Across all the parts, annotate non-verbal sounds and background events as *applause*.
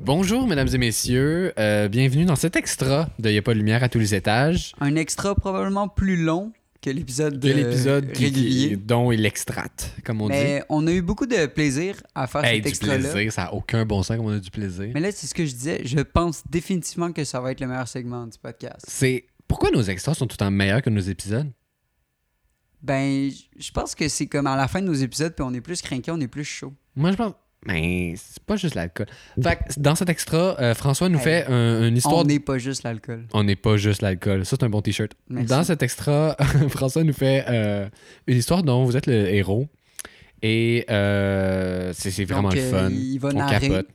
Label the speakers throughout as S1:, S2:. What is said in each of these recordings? S1: Bonjour, mesdames et messieurs. Euh, bienvenue dans cet extra de Y'a pas de lumière à tous les étages.
S2: Un extra probablement plus long que l'épisode
S1: De
S2: euh,
S1: l'épisode qui-
S2: régulier.
S1: qui- dont il extrate, comme on
S2: Mais on a eu beaucoup de plaisir à faire
S1: dit. Hey,
S2: cet
S1: du
S2: extra-là.
S1: plaisir, ça n'a aucun bon sens comme on a du plaisir.
S2: Mais là, c'est ce que je disais. Je pense définitivement que ça va être le meilleur segment du podcast.
S1: C'est pourquoi nos extras sont tout le temps meilleurs que nos épisodes.
S2: Ben, j- je pense que c'est comme à la fin de nos épisodes, puis on est plus craqué, on est plus chaud.
S1: Moi, je pense. Mais c'est pas juste l'alcool. Fait que dans cet extra, euh, François nous
S2: Hey.
S1: fait un- une histoire.
S2: On n'est pas juste l'alcool.
S1: On n'est pas juste l'alcool. Ça, c'est un bon t-shirt.
S2: Merci.
S1: Dans cet extra, *laughs* François nous fait euh, une histoire dont vous êtes le héros. Et euh, c'est c'est vraiment
S2: Donc,
S1: le
S2: euh,
S1: fun.
S2: il va
S1: on
S2: narrer.
S1: capote.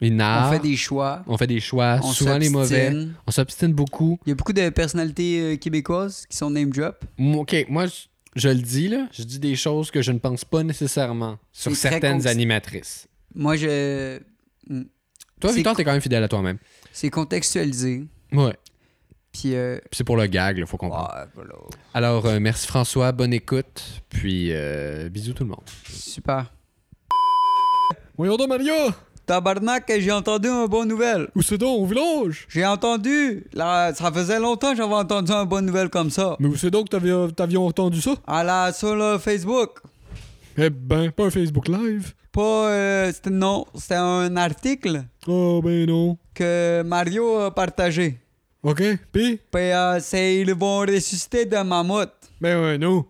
S1: Il
S2: On
S1: narre.
S2: fait des choix.
S1: on fait des choix,
S2: on
S1: souvent les mauvais.
S2: s'obstine.
S1: On s'obstine beaucoup.
S2: Il y a beaucoup de personnalités euh, québécoises qui sont name drop.
S1: Moi, OK, moi, je, je le dis, là. Je dis des choses que je ne pense pas nécessairement sur
S2: C'est très
S1: certaines
S2: consti-
S1: animatrices.
S2: Moi, je. Mm.
S1: Toi,
S2: C'est
S1: Victor,
S2: co-
S1: t'es quand même fidèle à toi-même.
S2: C'est contextualisé.
S1: Ouais.
S2: Puis. euh,
S1: Puis c'est pour le gag, il faut comprendre.
S2: ouais, voilà.
S1: Alors, euh, merci François, bonne écoute. Puis, euh, bisous tout le monde.
S2: Super.
S1: Oui, on Maria!
S2: Tabarnak, eh, j'ai entendu une bonne nouvelle.
S1: Où c'est donc, au village?
S2: J'ai entendu, là, ça faisait longtemps que j'avais entendu une bonne nouvelle comme ça.
S1: Mais où c'est donc que t'avions entendu ça?
S2: À la, sur le Facebook.
S1: Eh ben, pas un Facebook Live.
S2: Pas, euh, c'était- non, c'était un article
S1: Oh ben non.
S2: que Mario a partagé.
S1: OK, pis?
S2: Puis euh, c'est, ils vont ressusciter de mammouth.
S1: Ben ouais, non.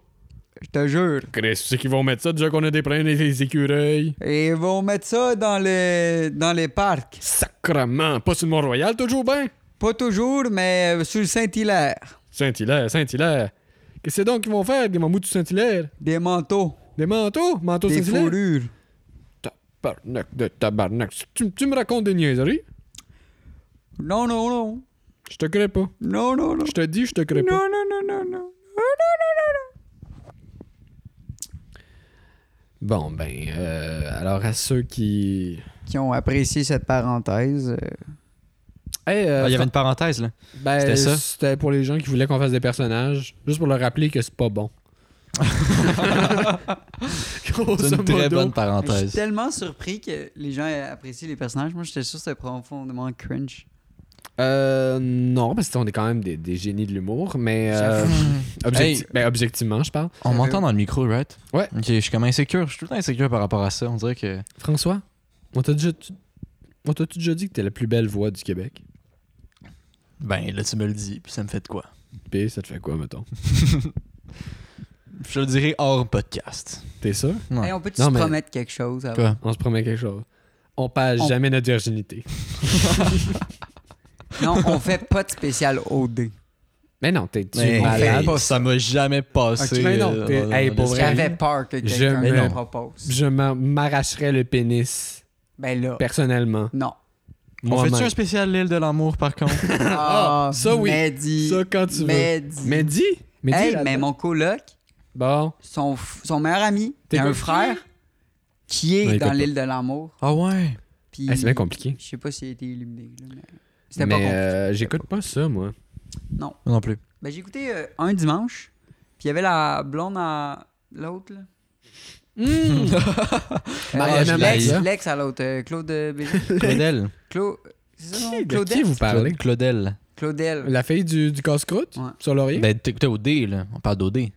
S2: Je te jure.
S1: Qu'est-ce que c'est qu'ils vont mettre ça déjà qu'on a des pleins des écureuils?
S2: Et ils vont mettre ça dans les, dans les parcs.
S1: Sacrement! Pas sur le Mont-Royal toujours, ben?
S2: Pas toujours, mais euh, sur Saint-Hilaire.
S1: Saint-Hilaire, Saint-Hilaire. Qu'est-ce que c'est donc qu'ils vont faire, des mammouths du Saint-Hilaire?
S2: Des manteaux,
S1: Des manteaux? Manteaux
S2: des
S1: Saint-Hilaire?
S2: fourrures.
S1: Tabarnak de tabarnak. Tu, tu me racontes des niaiseries?
S2: Non, non, non.
S1: Je te crée pas.
S2: Non, non, non.
S1: Je te dis, je te crée pas.
S2: Non, non, non, non, non.
S1: Bon, ben, euh, alors à ceux qui...
S2: Qui ont apprécié cette parenthèse. euh,
S1: Hey,
S3: Ah,
S1: euh,
S3: Il y avait une parenthèse, là.
S1: Ben,
S3: C'était ça?
S1: C'était pour les gens qui voulaient qu'on fasse des personnages, juste pour leur rappeler que c'est pas
S3: *laughs*
S1: bon. *laughs*
S3: C'est
S1: Grosso
S3: une très
S1: modo.
S3: bonne
S2: Je suis
S3: parenthèse.
S2: tellement surpris que les gens apprécient les personnages. Moi, j'étais sûr que c'était profondément cringe.
S1: Euh, non, parce qu'on est quand même des, des génies de l'humour, mais euh, objecti-
S3: Hey.
S1: ben, objectivement, je parle.
S3: On m'entend dans le micro, right?
S1: Ouais.
S3: Ok, je suis comme insécure. Je suis tout le temps insécure par rapport à ça. On dirait que.
S1: François, on t'a déjà, on t'a déjà dit que t'es la plus belle voix du Québec.
S3: Ben, là, tu me le dis, puis ça me fait de quoi?
S1: Puis ça te fait quoi, mettons?
S3: Je te le dirai hors podcast.
S1: T'es sûr?
S3: Ouais.
S2: Hey, on peut-tu
S1: Non,
S2: se
S1: mais-
S2: promettre quelque chose? avant?
S3: Quoi?
S1: On se promet quelque chose. On perd
S2: On-
S1: jamais notre virginité.
S2: Non, on fait pas de spécial
S1: *laughs*
S2: OD.
S1: Mais non, t'es tu es
S3: Mais,
S1: malade.
S3: hey, ça m'a jamais passé.
S1: Ok, mais Ah, non,
S3: euh,
S1: t'es-
S3: dans-
S1: hey,
S3: dans-
S1: pour
S3: dans-
S1: vrai.
S2: J'avais peur que quelqu'un
S1: Jamais.
S2: me le
S1: Non.
S2: propose.
S1: Je m'en- m'arracherais le pénis,
S2: Ben là,
S1: personnellement. *laughs*
S2: non.
S3: On
S1: Moi-même.
S3: fait-tu un spécial L'île de l'amour, par contre? *laughs*
S2: Ah,
S1: ça oui.
S2: Mehdi,
S1: Ça, quand tu veux.
S2: Mehdi.
S1: Mais dis! Mais dis
S2: Hey,
S1: là-dedans.
S2: mais mon coloc,
S1: Bon.
S2: son, f- son meilleur ami,
S1: T'es
S2: et un
S1: pas-
S2: frère qui est
S1: Non, il
S2: dans
S1: écoute
S2: l'île de l'amour.
S3: Ah ouais?
S2: Puis,
S1: Hey, c'est bien compliqué.
S2: Je sais pas s'il a été illuminé. là, mais C'était
S1: mais
S2: pas compliqué.
S1: euh, j'écoute pas ça, moi.
S3: Non
S1: *laughs*
S3: plus.
S2: Ben, j'ai écouté euh, un dimanche, puis il y avait la blonde à l'autre, là. Mmh!
S1: *laughs*
S2: Euh,
S1: Mariana
S2: l'ex-
S1: Maria.
S2: L'ex à l'autre, euh, Claude
S1: *laughs*
S2: euh, Bégin.
S3: Claudel.
S2: Claude. C'est ça,
S1: Qui-
S2: non?
S1: de qui
S2: Claudette?
S1: vous parlez?
S3: Claudel.
S2: Claudel.
S1: La fille du, du casse-croûte
S2: Ouais.
S1: sur Laurier? *laughs*
S3: Ben, t'écoutais au D, là. On parle d'OD.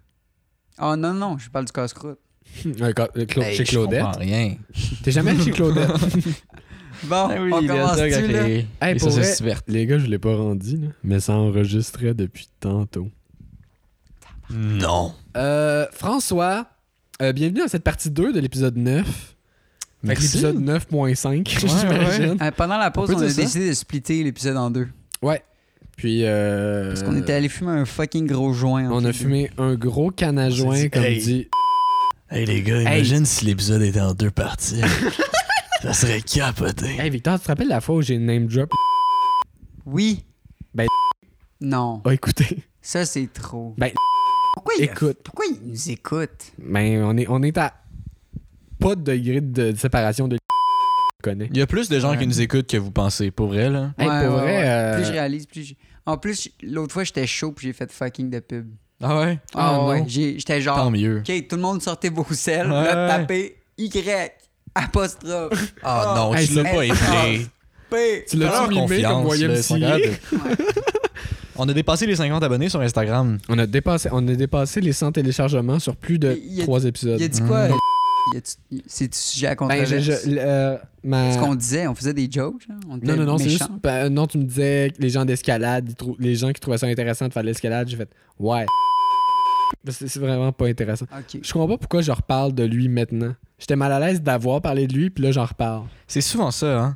S2: Oh non, non, je parle du casse-croûte.
S1: Euh, Cla- euh, Cla- chez Claudette.
S3: Ben, Je comprends rien.
S1: T'es jamais allé chez Claudette.
S2: Bon,
S1: Ah
S2: on commence-tu, là?
S1: Hey,
S3: Et
S1: pour
S3: ça,
S1: vrai-
S3: c'est super.
S1: *laughs* Les gars, je l'ai pas rendu, là, mais ça enregistrait depuis tantôt.
S3: Non.
S1: Euh, François, euh, bienvenue à cette partie 2 de l'épisode 9. Fait que
S3: Merci.
S1: L'épisode 9.5,
S3: Ouais,
S1: *laughs* j'imagine.
S2: Euh, pendant la pause,
S3: peut
S2: on,
S3: dire
S2: a
S3: ça?
S2: décidé de splitter l'épisode en deux.
S1: Puis, euh,
S2: Parce qu'on était allé fumer un fucking gros joint.
S1: on
S2: entre
S1: a
S2: les
S1: fumé un gros canne à
S3: s'est
S1: joint,
S3: dit,
S1: comme
S3: hey.
S1: dit.
S3: Hey les gars,
S1: Hey.
S3: imagine si l'épisode était en deux parties. ça serait capoté.
S1: Hey Victor, tu te rappelles la fois où j'ai name drop?
S2: deux. Oui.
S1: Ben-
S2: Non,
S1: Ah, écoutez.
S3: *laughs*
S2: ça c'est trop.
S1: Ben-
S2: Pourquoi il,
S1: Écoute.
S2: pourquoi il nous écoute?
S1: Mais on est, on est à pas de degré de, de séparation de *laughs* l- connais.
S3: Il y a plus de gens
S2: Ouais.
S3: qui nous écoutent que vous pensez, pour vrai là.
S1: Hey,
S2: Ouais,
S1: pour
S2: ouais,
S1: vrai,
S2: ouais.
S1: euh,
S2: Plus je réalise, plus je- En plus, l'autre fois, j'étais chaud puis j'ai fait fucking de pub.
S3: Ah ouais?
S2: Ah
S1: non.
S2: ouais, Ah. j'ai- j'étais genre...
S3: Tant mieux.
S2: OK, tout le monde sortez vos selles,
S3: Ouais.
S2: là, tapez Y, apostrophe.
S3: Ah non,
S1: Hey,
S3: tu l'as
S2: c'est-
S3: pas été.
S2: P.
S1: Tu l'as-tu
S3: Fais-leur
S1: mimé comme
S3: confiance, là, ils sont
S1: YMCA?
S3: capables *laughs* de- On a dépassé les 50 abonnés sur Instagram.
S1: On a, dépassé, on a dépassé les 100 téléchargements sur plus de
S2: Il y a-
S1: 3 épisodes.
S2: Il a dit quoi?
S3: Mm.
S2: Il a dit- C'est du sujet à
S1: Ben,
S2: controverse.
S1: je- je- le- euh, ma-
S2: Ce qu'on disait, on faisait des jokes, genre? On était
S1: Non, non, non, c'est
S2: méchants.
S1: juste. ben, non, tu me disais que les gens d'escalade, ils trou- les gens qui trouvaient ça intéressant de faire de l'escalade, j'ai fait ouais. Ben, C'est c'est vraiment pas intéressant.
S2: OK.
S1: Je comprends pas pourquoi je reparle de lui maintenant. J'étais mal à l'aise d'avoir parlé de lui, puis là j'en reparle.
S3: C'est souvent ça, hein.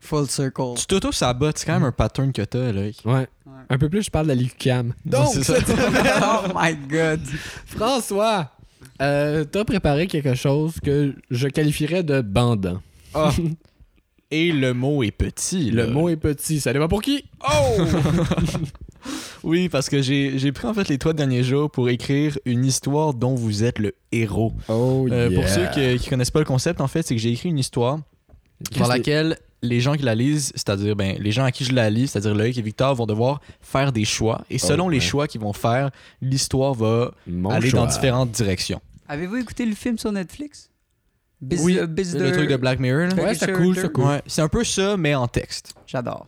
S2: Full circle.
S3: Tu t'auto-sabotes, c'est quand même un pattern que t'as, là.
S1: Ouais.
S2: Ouais.
S1: Un peu plus, je parle de la Lucam.
S3: Non,
S1: Donc,
S3: c'est ça.
S2: *laughs* oh my god.
S1: François, euh, t'as préparé quelque chose que je qualifierais de bandant.
S3: Ah. Et le mot est petit.
S1: Le
S3: là.
S1: mot est petit, ça dépend pour qui.
S3: Oh! oui, parce que j'ai j'ai pris en fait les trois derniers jours pour écrire une histoire dont vous êtes le héros.
S1: Oh,
S3: Euh, Pour ceux qui, qui connaissent pas le concept, en fait, c'est que j'ai écrit une histoire dans laquelle les gens qui la lisent, c'est-à-dire ben, les gens à qui je la lis, c'est-à-dire Loïc et Victor, vont devoir faire des choix. Et selon
S1: Oh, ouais.
S3: les choix qu'ils vont faire, l'histoire va aller dans différentes directions.
S2: *laughs* Avez-vous écouté le film sur Netflix? Biz-
S3: Oui,
S2: euh, Biz
S3: le
S2: de-
S3: truc de Black Mirror, là.
S2: Ouais,
S1: Ouais,
S2: Fetish
S1: c'est cool,
S2: Hunter.
S1: c'est cool.
S3: Ouais, c'est un peu ça, mais en texte.
S2: J'adore.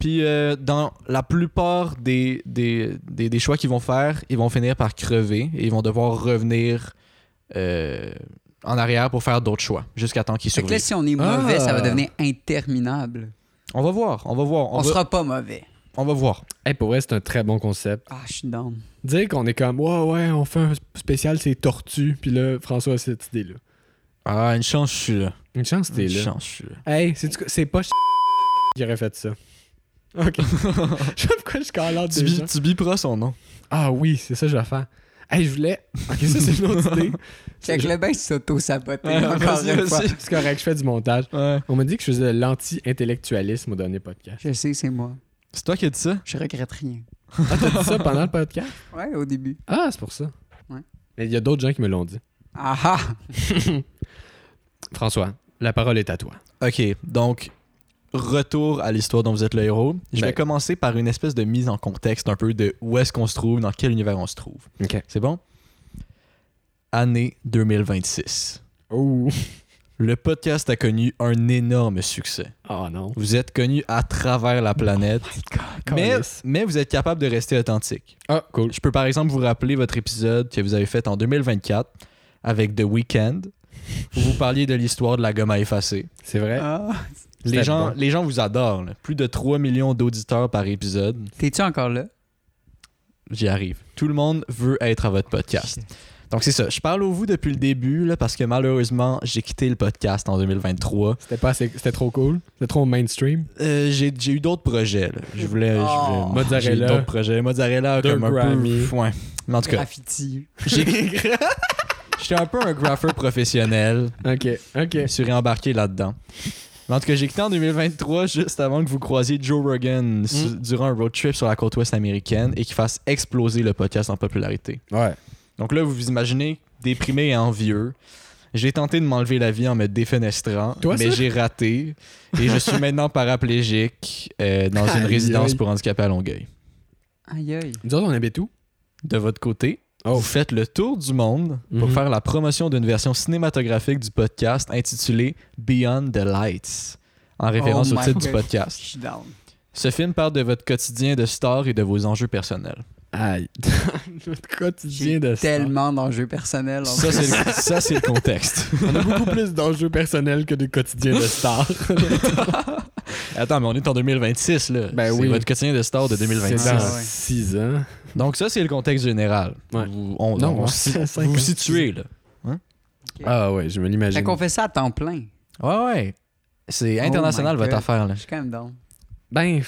S3: Puis euh, dans la plupart des, des, des- des choix qu'ils vont faire, ils vont finir par crever et ils vont devoir revenir euh, en arrière pour faire d'autres choix jusqu'à temps qu'ils
S2: Fait que là,
S3: survivent.
S2: si on est mauvais,
S1: Ah.
S2: ça va devenir interminable.
S3: On va voir, on va voir,
S2: On,
S3: on, va,
S2: sera pas mauvais.
S3: on va voir.
S1: Hey, pour vrai, c'est un très bon concept.
S2: Ah, je suis down.
S1: Dire qu'on est comme, ouais, ouais, on fait un spécial, c'est tortue, puis là, François a cette idée-là.
S3: Ah, une chance, je suis là.
S1: Une chance, t'es
S3: Une
S1: là.
S3: chance, je suis là.
S1: Hey, c'est c'est pas qui aurait fait
S3: *laughs*
S1: ça. Ok. je sais pas pourquoi je calade
S3: Ah, Tu,
S1: des
S3: bi-
S1: gens.
S3: tu biperas son nom.
S1: Ah oui, c'est ça que je vais faire. Hey, je voulais. Ok, ça, c'est une autre
S3: *laughs*
S1: idée.
S2: Fait que
S1: Je-
S2: le bain s'auto-saboter
S3: Ouais,
S2: encore
S3: vas-y,
S2: une fois.
S3: vas-y.
S1: C'est correct, je fais du montage. On m'a dit que je faisais de l'anti-intellectualisme au dernier podcast.
S2: Je sais, c'est moi.
S3: C'est toi qui as dit ça?
S2: Je regrette rien.
S1: Ah, t'as dit ça pendant le podcast?
S2: Ouais, au début.
S1: Ah, c'est pour ça.
S2: Ouais.
S1: Mais il y a d'autres gens qui me l'ont dit.
S2: Ah ah!
S1: François, la parole est à toi.
S3: Ok, donc retour à l'histoire dont vous êtes le héros. Je
S1: Ben-
S3: vais commencer par une espèce de mise en contexte un peu de où est-ce qu'on se trouve, dans quel univers on se trouve.
S1: Ok.
S3: C'est bon? Année 2026.
S1: Oh.
S3: Le podcast a connu un énorme succès.
S1: Oh non.
S3: Vous êtes connu à travers la planète, mais,
S1: Calisse.
S3: mais vous êtes capable de rester authentique.
S1: Ah, cool.
S3: Je peux par exemple vous rappeler votre épisode que vous avez fait en 2024 avec The Weeknd, où vous parliez de l'histoire de la gomme à effacer.
S1: C'est vrai.
S2: Ah.
S1: C'était
S3: Les gens,
S1: bon.
S3: les gens vous adorent. là. Plus de 3 millions d'auditeurs par épisode.
S2: T'es-tu encore là?
S3: J'y arrive. Tout le monde veut être à votre podcast. Donc c'est ça. Je parle au vous depuis le début là, parce que malheureusement, j'ai quitté le podcast en 2023.
S1: C'était pas assez- C'était trop cool. C'était trop mainstream.
S3: Euh, j'ai j'ai eu d'autres projets. là. Je voulais. je voulais-
S2: Oh.
S3: J'ai eu
S1: Ah. Mozzarella.
S3: d'autres projets. Mozzarella,
S1: Deux
S3: comme un
S1: Grammy.
S3: peu. Ouais. Mais en tout cas,
S2: Graffiti.
S1: *laughs*
S3: j'ai- *laughs* j'étais un peu un graffeur professionnel.
S1: Ok, ok.
S3: Je me suis réembarqué là-dedans. Mais en tout cas, j'ai quitté en 2023, juste avant que vous croisiez Joe Rogan
S1: Mm.
S3: su- durant un road trip sur la côte ouest américaine et qu'il fasse exploser le podcast en popularité.
S1: Ouais.
S3: Donc là, vous vous imaginez déprimé et envieux. J'ai tenté de m'enlever la vie en me défenestrant,
S1: Toi, ça?
S3: mais j'ai raté et
S1: *laughs*
S3: je suis maintenant paraplégique euh, dans
S1: Aïe,
S3: une résidence
S1: aïe.
S3: pour handicapés à Longueuil.
S2: Aïe aïe.
S1: Nous autres, on habite où?
S3: De votre côté,
S1: Oh.
S3: vous faites le tour du monde pour
S1: Mhm.
S3: faire la promotion d'une version cinématographique du podcast intitulée Beyond the Lights, en référence
S2: Oh
S3: au
S2: my
S3: titre
S2: God.
S3: du
S2: Je
S3: podcast.
S2: suis down.
S3: Ce film parle de votre quotidien de star et de vos enjeux personnels.
S1: Aïe. *laughs* Notre quotidien
S2: J'ai
S1: de star.
S2: tellement d'enjeux personnels. en
S3: Ça, c'est le- ça, c'est le contexte.
S1: On a beaucoup plus d'enjeux personnels que des quotidiens de *laughs* stars.
S3: Attends, mais on est en 2026, là.
S1: Ben
S3: c'est
S1: oui.
S3: votre quotidien de star de 2026.
S1: C'est dans
S2: ouais.
S1: 6 ans.
S3: Donc ça, c'est le contexte général.
S1: Ouais.
S3: Vous, on,
S1: Non,
S3: on
S1: ouais.
S3: si-
S1: Cinq
S3: vous
S1: ans.
S3: vous situez, là.
S1: Ah ouais, je me
S2: Fait
S1: l'imagine.
S2: qu'on fait ça à temps plein.
S3: Ouais, ouais. C'est
S2: Oh
S3: international,
S2: my
S3: votre
S2: God.
S3: affaire, là.
S2: Je suis quand même down.
S1: Ben,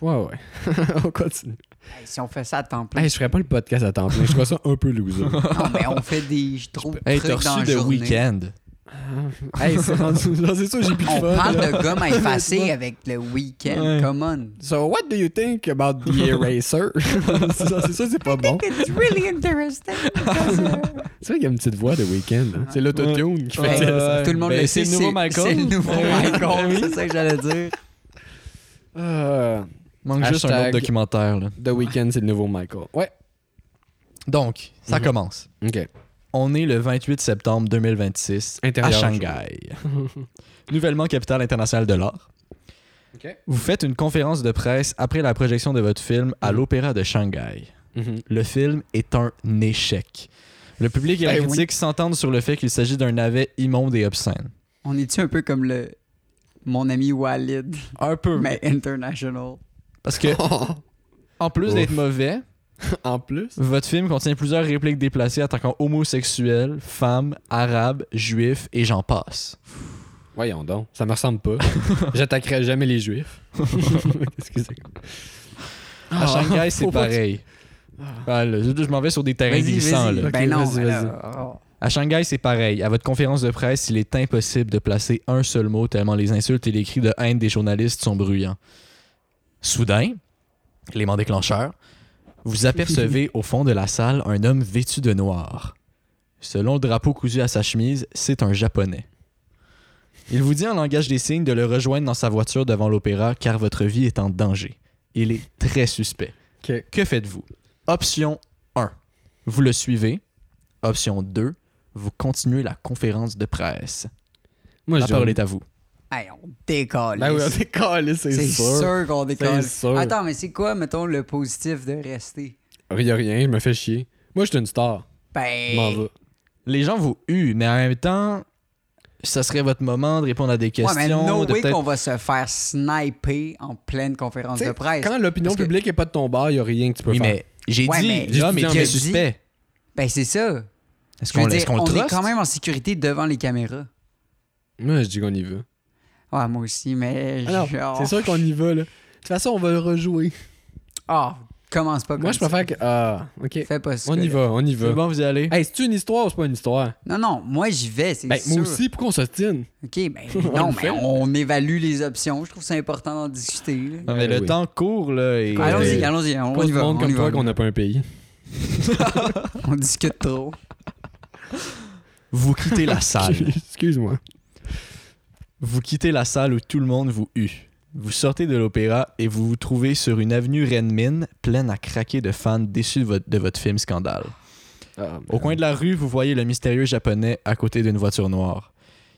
S1: ouais, ouais. *laughs* on continue.
S2: Hey, si on fait ça à temps
S3: *laughs*
S2: plein.
S1: Hey, je ferais pas le podcast à temps plein. Je trouve ça un peu *laughs* loser.
S2: Non, mais on fait des. Je trouve.
S3: Hey,
S2: trucs
S3: t'as
S2: dans la
S3: reçu de
S2: journée.
S3: week-end. *laughs*
S1: hey, c'est rendu- genre, c'est ça, j'ai plus de
S2: On
S1: fun.
S2: parle
S1: là.
S2: de gomme à effacer avec le week-end.
S3: Ouais.
S2: Come on.
S1: So, what do you think about the *laughs* eraser? c'est ça, c'est ça, c'est pas bon.
S2: It's really interesting.
S1: *laughs*
S3: *laughs*
S1: C'est vrai qu'il y a une petite voix de week-end. hein. C'est l'autotune qui fait
S3: Ouais.
S1: ça.
S3: Euh,
S2: tout le monde
S3: ben,
S2: le
S3: c'est
S2: sait.
S3: le nouveau Michael.
S2: C'est le nouveau
S3: Ouais.
S2: Michael.
S3: Oui.
S2: C'est ça que j'allais dire.
S1: Euh,
S3: Manque juste un
S1: Hashtag.
S3: autre documentaire, là.
S1: the Weeknd, c'est le nouveau Michael. Ouais.
S3: Donc, ça commence.
S1: OK.
S3: On est le 28 septembre 2026
S1: Intérieur.
S3: *laughs* à Shanghai. Nouvellement capitale internationale de l'art.
S1: OK.
S3: Vous faites une conférence de presse après la projection de votre film à l'Opéra de Shanghai.
S1: *laughs* Mhm.
S3: Le film est un échec. Le public et la
S2: Ben oui.
S3: critique s'entendent sur le fait qu'il s'agit d'un navet immonde et obscène.
S2: On est-tu un peu comme le mon ami Walid,
S3: Un peu.
S2: mais international?
S3: Parce *laughs* que, en plus
S1: Ouf.
S3: d'être mauvais,
S1: en plus.
S3: votre film contient plusieurs répliques déplacées attaquant homosexuels, femmes, arabes, juifs et j'en passe.
S1: Voyons donc. Ça me ressemble *laughs* pas. J'attaquerai jamais les *laughs* juifs. Qu'est-ce que c'est?
S3: À Shanghai, *laughs* c'est
S1: faut pas
S3: pareil. Ah, là, je je m'en vais sur des terrains
S2: Vas-y,
S3: glissants.
S2: vas-y.
S3: là.
S2: Ben
S1: Ok,
S2: non,
S1: vas-y,
S2: ben
S1: vas-y.
S2: là, oh.
S3: À Shanghai, c'est pareil. À votre conférence de presse, il est impossible de placer un seul mot tellement les insultes et les cris de haine des journalistes sont bruyants. Soudain, élément déclencheur, vous *laughs* apercevez au fond de la salle un homme vêtu de noir. Selon le drapeau cousu à sa chemise, c'est un japonais. Il vous dit en langage des signes de le rejoindre dans sa voiture devant l'opéra car votre vie est en danger. Il est très suspect.
S1: Ok.
S3: Que faites-vous? Option 1. Vous le suivez. Option 2. Vous continuez la conférence de presse.
S1: Moi,
S3: La
S1: je
S3: parole
S1: dis.
S3: est à vous.
S2: Hey, on décolle.
S1: Ben oui, on est calé, c'est
S2: c'est
S1: sûr.
S2: sûr qu'on décolle.
S1: C'est sûr.
S2: Attends, mais c'est quoi, mettons, le positif de rester?
S1: Y a rien, je me fais chier. Moi, je suis une star. Je m'en
S2: Ben.
S1: vais.
S3: Les gens vous huent, mais en même temps, ça serait votre moment de répondre à des
S2: Ouais, mais
S3: questions.
S2: no
S3: de
S2: way
S3: peut-être-
S2: qu'on va se faire sniper en pleine conférence de
S1: T'sais,
S2: presse.
S1: Quand l'opinion
S2: Parce que-
S1: publique est pas de ton bord, y a rien que tu peux
S3: Oui,
S1: faire.
S3: mais j'ai
S2: Ouais, mais-
S3: dit, l'homme
S1: J'ai dit,
S3: est très
S1: j'ai
S3: suspect.
S2: Ben c'est ça.
S3: Est-ce
S2: Je veux
S3: qu'on est
S2: dire, on est
S3: truste?
S2: quand même en sécurité devant les caméras.
S1: Moi, je dis qu'on y va.
S2: Ouais, moi aussi, mais.
S1: Alors,
S2: genre-
S1: Ah c'est sûr qu'on y va, là. De toute façon, on va le rejouer.
S2: Ah, commence pas comme
S1: Moi, je
S2: ça.
S1: préfère que. Ah, ok.
S2: Fais pas ça.
S1: On y va, on y va.
S3: C'est bon, vous y allez.
S1: Hey, c'est-tu une histoire ou c'est pas une histoire?
S2: Non, non, moi j'y vais, c'est
S1: Ben,
S2: sûr.
S1: moi aussi, pourquoi on s'ostine?
S2: OK,
S1: *laughs*
S2: ben
S1: On
S2: non,
S1: le
S2: mais
S1: fait.
S2: on évalue les options. Je trouve ça important d'en discuter. là.
S3: Non, mais
S1: Euh,
S3: le
S1: oui.
S3: temps court, là. Et...
S2: Allons-y,
S1: euh,
S2: allons-y, on,
S1: Qu'on
S2: y
S1: se
S2: va.
S1: montre
S2: On, y
S1: comme
S2: va,
S1: toi
S2: on,
S1: qu'on n'a pas un pays.
S2: on discute trop.
S3: Vous quittez la
S1: *laughs*
S2: Ah, *laughs*
S3: salle.
S1: Excuse-moi.
S3: Vous quittez la salle où tout le monde vous hue. Vous sortez de l'opéra et vous vous trouvez sur une avenue Renmin pleine à craquer de fans déçus de votre, de votre film Scandale.
S2: Ah,
S3: Au coin de la rue, vous voyez le mystérieux japonais à côté d'une voiture noire.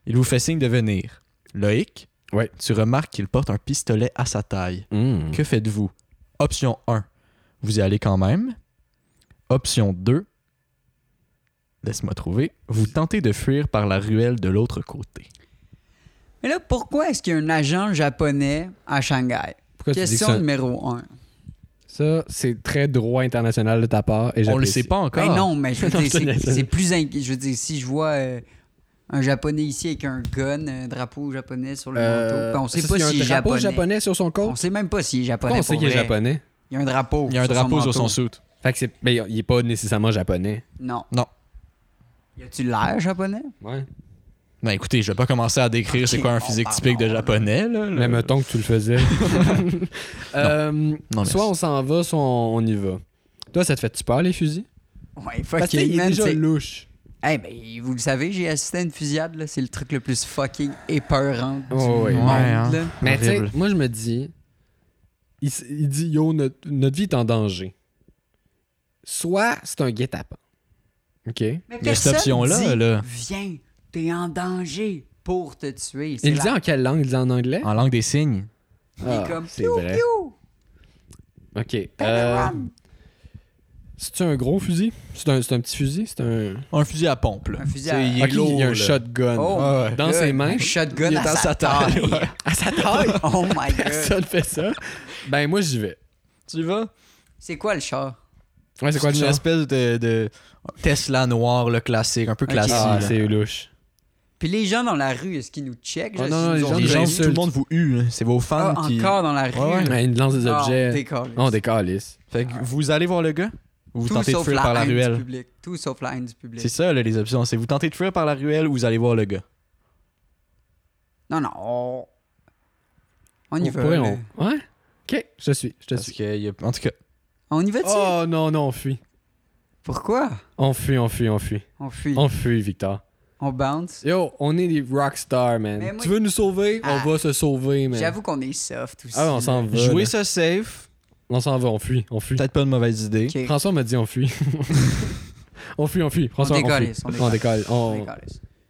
S3: Il vous fait signe de venir. Loïc,
S1: Ouais.
S3: tu remarques qu'il porte un pistolet à sa taille.
S1: Hmm.
S3: Que faites-vous Option 1, vous y allez quand même. Option 2, laisse-moi trouver, vous tentez de fuir par la ruelle de l'autre côté.
S2: Mais là, pourquoi est-ce qu'il y a un agent japonais à Shanghai?
S1: Pourquoi tu dis que
S2: Question
S1: ça?
S2: numéro un.
S1: Ça, c'est très droit international de ta part et
S3: On le
S1: j'apprécie.
S3: sait pas encore.
S2: Ben non, mais je veux
S1: *laughs* Non,
S2: dire,
S1: je te
S2: c'est-
S1: laisse.
S2: c'est plus... inqui- Je veux dire, si je vois euh, un japonais ici avec un gun, un drapeau japonais sur le
S1: Euh,
S2: manteau, ben on sait
S1: ça,
S2: pas
S1: s'il y a
S2: s'il est
S1: un drapeau
S2: japonais.
S1: japonais sur son
S2: On
S1: compte.
S2: sait même pas s'il est japonais.
S1: on sait
S2: pour
S1: qu'il est
S2: vrai.
S1: japonais?
S2: Il y a un drapeau.
S3: Il y a un
S2: sur
S3: drapeau sur son
S2: manteau.
S3: soute.
S1: Fait que c'est. Mais il est pas nécessairement japonais.
S2: Non.
S3: Non.
S2: Y a-tu l'air japonais?
S1: Ouais.
S3: Ben écoutez, je vais pas commencer à décrire c'est
S2: Ok, *laughs*
S3: quoi un
S2: bon,
S3: physique
S2: pardon.
S3: typique de japonais. Là,
S1: Mais
S3: le-
S1: mettons que tu le *laughs* faisais. Euh,
S3: merci.
S1: soit on s'en va, soit on, on y va. Toi, ça te fait-tu peur, les fusils?
S2: Ouais,
S1: Parce qu'il
S2: fucking
S1: est
S2: man.
S1: déjà
S2: c'est-
S1: louche.
S2: Eh ben, vous le savez, j'ai assisté à une fusillade, là. C'est le truc le plus fucking épeurant du
S1: Oh, oui.
S2: monde,
S3: Ouais, hein.
S2: là.
S1: Mais tu sais,
S3: Horrible.
S1: moi, je me dis... Il, s- il dit, yo, notre, notre vie est en danger. Soit c'est un guet-apens. OK?
S2: Mais
S3: Mais cette
S2: personne
S3: option-là,
S2: dit,
S3: là.
S2: Viens, t'es en danger pour te tuer. C'est
S1: Il le
S2: la-
S1: dit en quelle langue? Il le dit en anglais?
S3: En langue des signes.
S1: Ah,
S2: comme,
S1: c'est vrai.
S2: Piou,
S1: OK.
S2: better
S1: euh,
S2: run.
S1: C'est-tu un gros fusil? C'est un, c'est un petit fusil? C'est un...
S3: Un fusil à pompe. Là.
S2: Un fusil
S3: Tu sais,
S2: à-
S3: Il est
S1: Ok,
S3: lourd,
S1: il y a un
S3: là.
S1: shotgun
S2: Oh,
S1: Ah ouais.
S2: my
S1: dans
S2: God,
S1: ses mains. *laughs*
S2: Un shotgun
S3: Il est
S2: à sa
S3: à sa taille,
S2: taille.
S3: ouais.
S1: À sa taille?
S2: *laughs* Oh my god.
S1: Personne fait ça. Ben, moi, j'y vais.
S3: Tu y vas?
S2: C'est quoi le char?
S1: Ouais, c'est quoi le
S3: une
S1: char?
S3: espèce de, de Tesla noir, le classique, un peu
S2: Ok.
S3: classique.
S1: Ah,
S3: là.
S1: c'est louche.
S2: Puis les gens dans la rue, est-ce qu'ils nous checkent?
S1: Oh,
S2: Je-
S1: non, non,
S2: ils
S1: les
S2: nous ont
S1: gens-
S3: Les
S2: dit-
S3: gens,
S1: insultes.
S3: tout le monde vous hue, hein. c'est vos fans
S2: Ah,
S3: qui.
S2: encore dans la rue.
S3: Ouais,
S1: Ouais, il lance des
S2: Ah, on
S1: objets. Oh,
S2: décolle.
S1: Non, on décalisse.
S3: Fait que vous allez voir le gars ou vous
S2: Tout
S3: tentez de
S2: sauf
S3: fuir par la
S2: haine du
S3: ruelle.
S2: public. Tout sauf la haine du public.
S3: C'est ça là, les options, c'est vous tentez de fuir par la ruelle ou vous allez voir le gars.
S2: Non, non. On, on y
S1: On
S2: va.
S1: pourrait,
S2: là.
S1: on- Ouais? Ok, je suis, je te
S3: Parce
S1: suis.
S3: que y a- en tout cas,
S2: On y va-tu?
S1: Oh non, non, on fuit.
S2: Pourquoi?
S1: On fuit, on fuit, on fuit.
S2: On fuit. On,
S1: On fuit, Victor.
S2: bounce.
S1: Yo, on est des rockstars,
S2: Mais
S1: man.
S2: moi-
S1: Tu veux nous sauver?
S2: Ah.
S1: On va se sauver, man.
S2: J'avoue qu'on est soft aussi.
S1: Ah, ouais, on s'en va.
S3: jouez
S1: là.
S3: ça safe,
S1: On s'en va, on fuit, on fuit.
S3: peut-être pas une mauvaise idée.
S2: Ok.
S1: François m'a dit on
S2: *laughs*
S1: fuit. on fuit, on fuit. François, on,
S2: décolle,
S1: fuit.
S2: on décolle.
S1: On décolle. On-
S2: On décolle.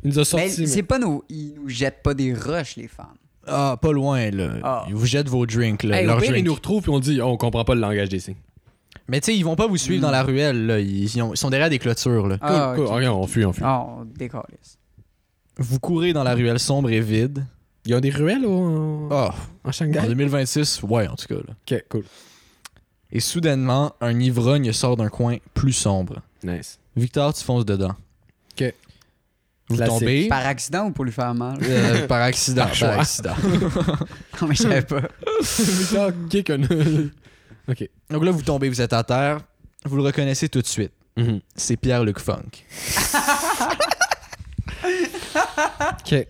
S1: Il nous a
S2: Mais
S1: sorti.
S2: c'est pas nos... Ils nous jettent pas des rushs, les fans.
S3: Ah, pas loin, là.
S2: Ah.
S3: Ils vous jettent vos drinks, là.
S1: Hey, au
S3: leurs
S1: pire, ils
S3: drinks.
S1: nous retrouvent puis on dit, oh, on comprend pas le langage des signes.
S3: Mais tu sais, ils vont pas vous suivre
S2: Mm.
S1: Hmm.
S3: dans la ruelle, là. Ils, ils ont- ils sont derrière des clôtures, là.
S1: Cool,
S2: Ah,
S1: cool.
S2: ok.
S1: Ok, on fuit, on fuit.
S2: Ah, on décalisse.
S3: Vous courez dans la ruelle sombre et vide.
S1: Il y a des ruelles au-
S3: Ah,
S1: en
S3: en
S1: Shanghai?
S3: 2026, ouais, en tout cas, là.
S2: Ah.
S1: Ok, cool.
S3: Et soudainement, un ivrogne sort d'un coin plus sombre.
S1: Nice.
S3: Victor, tu fonces dedans.
S1: Ok.
S3: Vous
S1: Classique.
S3: tombez.
S2: Par accident ou pour lui
S1: *laughs*
S2: faire mal?
S3: Euh, par accident.
S1: Par
S3: Par,
S1: choix.
S3: accident.
S2: non, mais je savais pas. *laughs*
S1: Victor kick un-
S3: Donc là, vous tombez, vous êtes à terre. Vous le reconnaissez tout de suite.
S1: *laughs* Mhm.
S3: C'est Pierre-Luc Funk.
S1: Ok.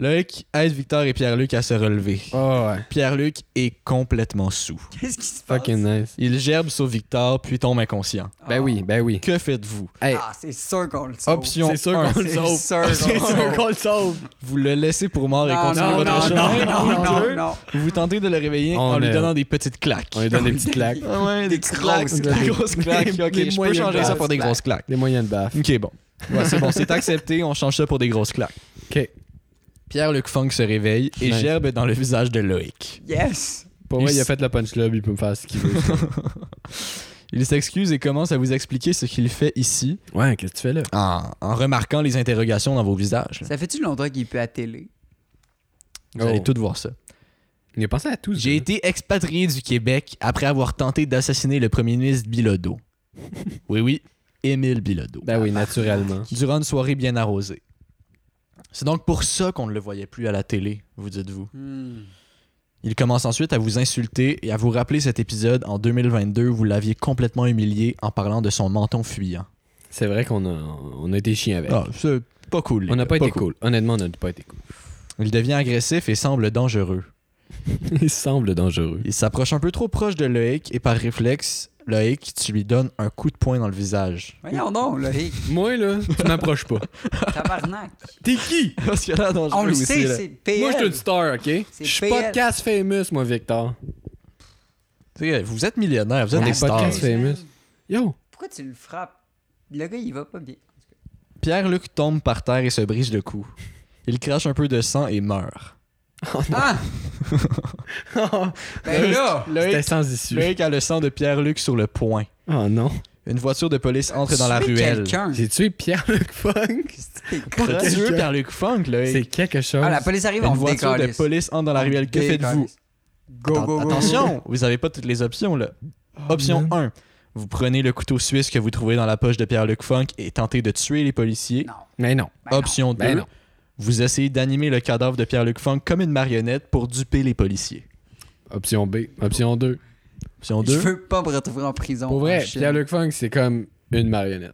S3: Luc aide Victor et Pierre-Luc à se relever.
S1: Oh, ouais.
S3: Pierre-Luc est complètement sous.
S2: Qu'est-ce qui se passe?
S1: Fucking nice.
S3: Il gerbe sur Victor, puis tombe inconscient.
S1: Ben oui, ben oui.
S3: Que faites-vous?
S1: Hey,
S2: Ah, c'est sûr qu'on le sauve.
S3: Option
S1: C'est sûr
S3: 1,
S1: qu'on le
S2: *laughs* C'est
S1: sauve. *laughs*
S2: sûr
S1: C'est sûr
S2: qu'on
S1: qu'on le sauve.
S3: vous le laissez pour mort et
S2: Non,
S3: continuez
S2: non,
S3: votre
S2: non,
S3: chemin.
S2: non, non, non, non.
S3: Vous tentez de le réveiller
S1: On
S3: en lui
S1: est-
S3: donnant des petites claques.
S1: On lui donne des petites claques.
S3: Ah ouais, des
S2: Des
S3: petites claques,
S1: grosses
S3: des
S1: claques.
S3: grosses claques.
S1: Des-
S3: Ok,
S1: des
S3: je peux
S1: moyennes
S3: changer ça pour des
S2: grosses
S3: grosses claques.
S1: Des moyens de baffe.
S3: Ok, bon. Ouais, c'est bon, c'est accepté, on change ça pour des grosses claques.
S1: Ok.
S3: Pierre-Luc Funk se réveille et
S1: Nice.
S3: gerbe dans le visage de Loïc.
S2: Yes!
S1: Pour
S3: Il
S1: moi, il a
S3: s-
S1: fait le punch club, il peut me faire ce qu'il veut.
S3: Il s'excuse et commence à vous expliquer ce qu'il fait ici
S1: ouais, qu'est-ce que tu fais là?
S3: en, en remarquant les interrogations dans vos visages. là.
S2: Ça fait-tu longtemps qu'il peut à télé?
S1: Oh.
S3: Vous allez tout voir ça.
S1: Il a pensé à tout. ce
S3: J'ai
S1: gars.
S3: été expatrié du Québec après avoir tenté d'assassiner le premier ministre Bilodeau. oui, oui, Émile Bilodeau.
S1: Ben oui, naturellement.
S3: Durant une soirée bien arrosée. C'est donc pour ça qu'on ne le voyait plus à la télé, vous dites-vous.
S2: Hmm.
S3: Il commence ensuite à vous insulter et à vous rappeler cet épisode en 2022 où vous l'aviez complètement humilié en parlant de son menton fuyant.
S1: C'est vrai qu'on a, on a été chiens avec.
S3: Ah, c'est pas cool. les
S1: Ben. on n'a
S3: gars,
S1: pas été cool. Honnêtement, on n'a pas été cool.
S3: Il devient agressif et semble dangereux.
S1: *laughs* il semble dangereux.
S3: Il s'approche un peu trop proche de Loïc et par réflexe, Loïc, tu lui donnes un coup de poing dans le visage.
S2: Voyons donc, là. Hey,
S1: Moi, là, tu m'approches pas.
S2: tabarnak.
S1: T'es qui?
S3: *laughs* Parce qu'il a l'air dangereux
S2: On le
S3: aussi,
S2: sait,
S3: là.
S2: c'est PL.
S1: Moi, je suis une star, OK? Je
S2: C'est
S1: suis
S2: PL.
S1: podcast famous, moi, Victor.
S3: Tu sais, Vous êtes millionnaire, vous êtes
S1: On
S3: des
S1: est
S3: stars.
S1: podcast famous.
S2: *laughs*
S1: Yo!
S2: Pourquoi tu le frappes? Le gars, il va pas
S3: *laughs*
S2: bien.
S3: Pierre-Luc tombe par terre et se brise le cou. Il crache un peu de sang et meurt.
S2: Ah! ben là!
S1: C'était
S3: Loïc,
S1: sans issue.
S3: Loïc a le sang de Pierre-Luc sur le poing.
S1: Oh non.
S3: Une voiture de police entre dans la
S2: Tuer
S3: ruelle.
S2: quelqu'un.
S1: J'ai tué Pierre-Luc Funk.
S2: Christ, t'es con.
S3: *laughs* Pourquoi tu veux
S1: quelqu'un.
S3: Pierre-Luc Funk, Loïc?
S1: C'est quelque chose.
S2: Ah, la police arrive,
S3: Une
S2: on vous
S3: voiture de
S2: décalisse.
S3: police entre dans la ruelle. Que faites-vous?
S2: Go, go, Oh,
S3: Atten-
S2: go, go.
S3: Attention, vous avez pas toutes les options là. Option 1, vous prenez le couteau suisse que vous trouvez dans la poche de Pierre-Luc Funk et tentez de tuer les policiers.
S2: Non.
S1: Mais non.
S2: Ben non.
S3: Option 2,
S1: Ben non.
S3: vous essayez d'animer le cadavre de Pierre-Luc Funk comme une marionnette pour duper les policiers.
S1: Option B. Option 2.
S3: Option
S2: Je
S3: 2,
S2: veux pas me retrouver en prison.
S1: Pour
S2: en
S1: vrai,
S2: Chine.
S1: Pierre-Luc Funk, c'est comme une marionnette.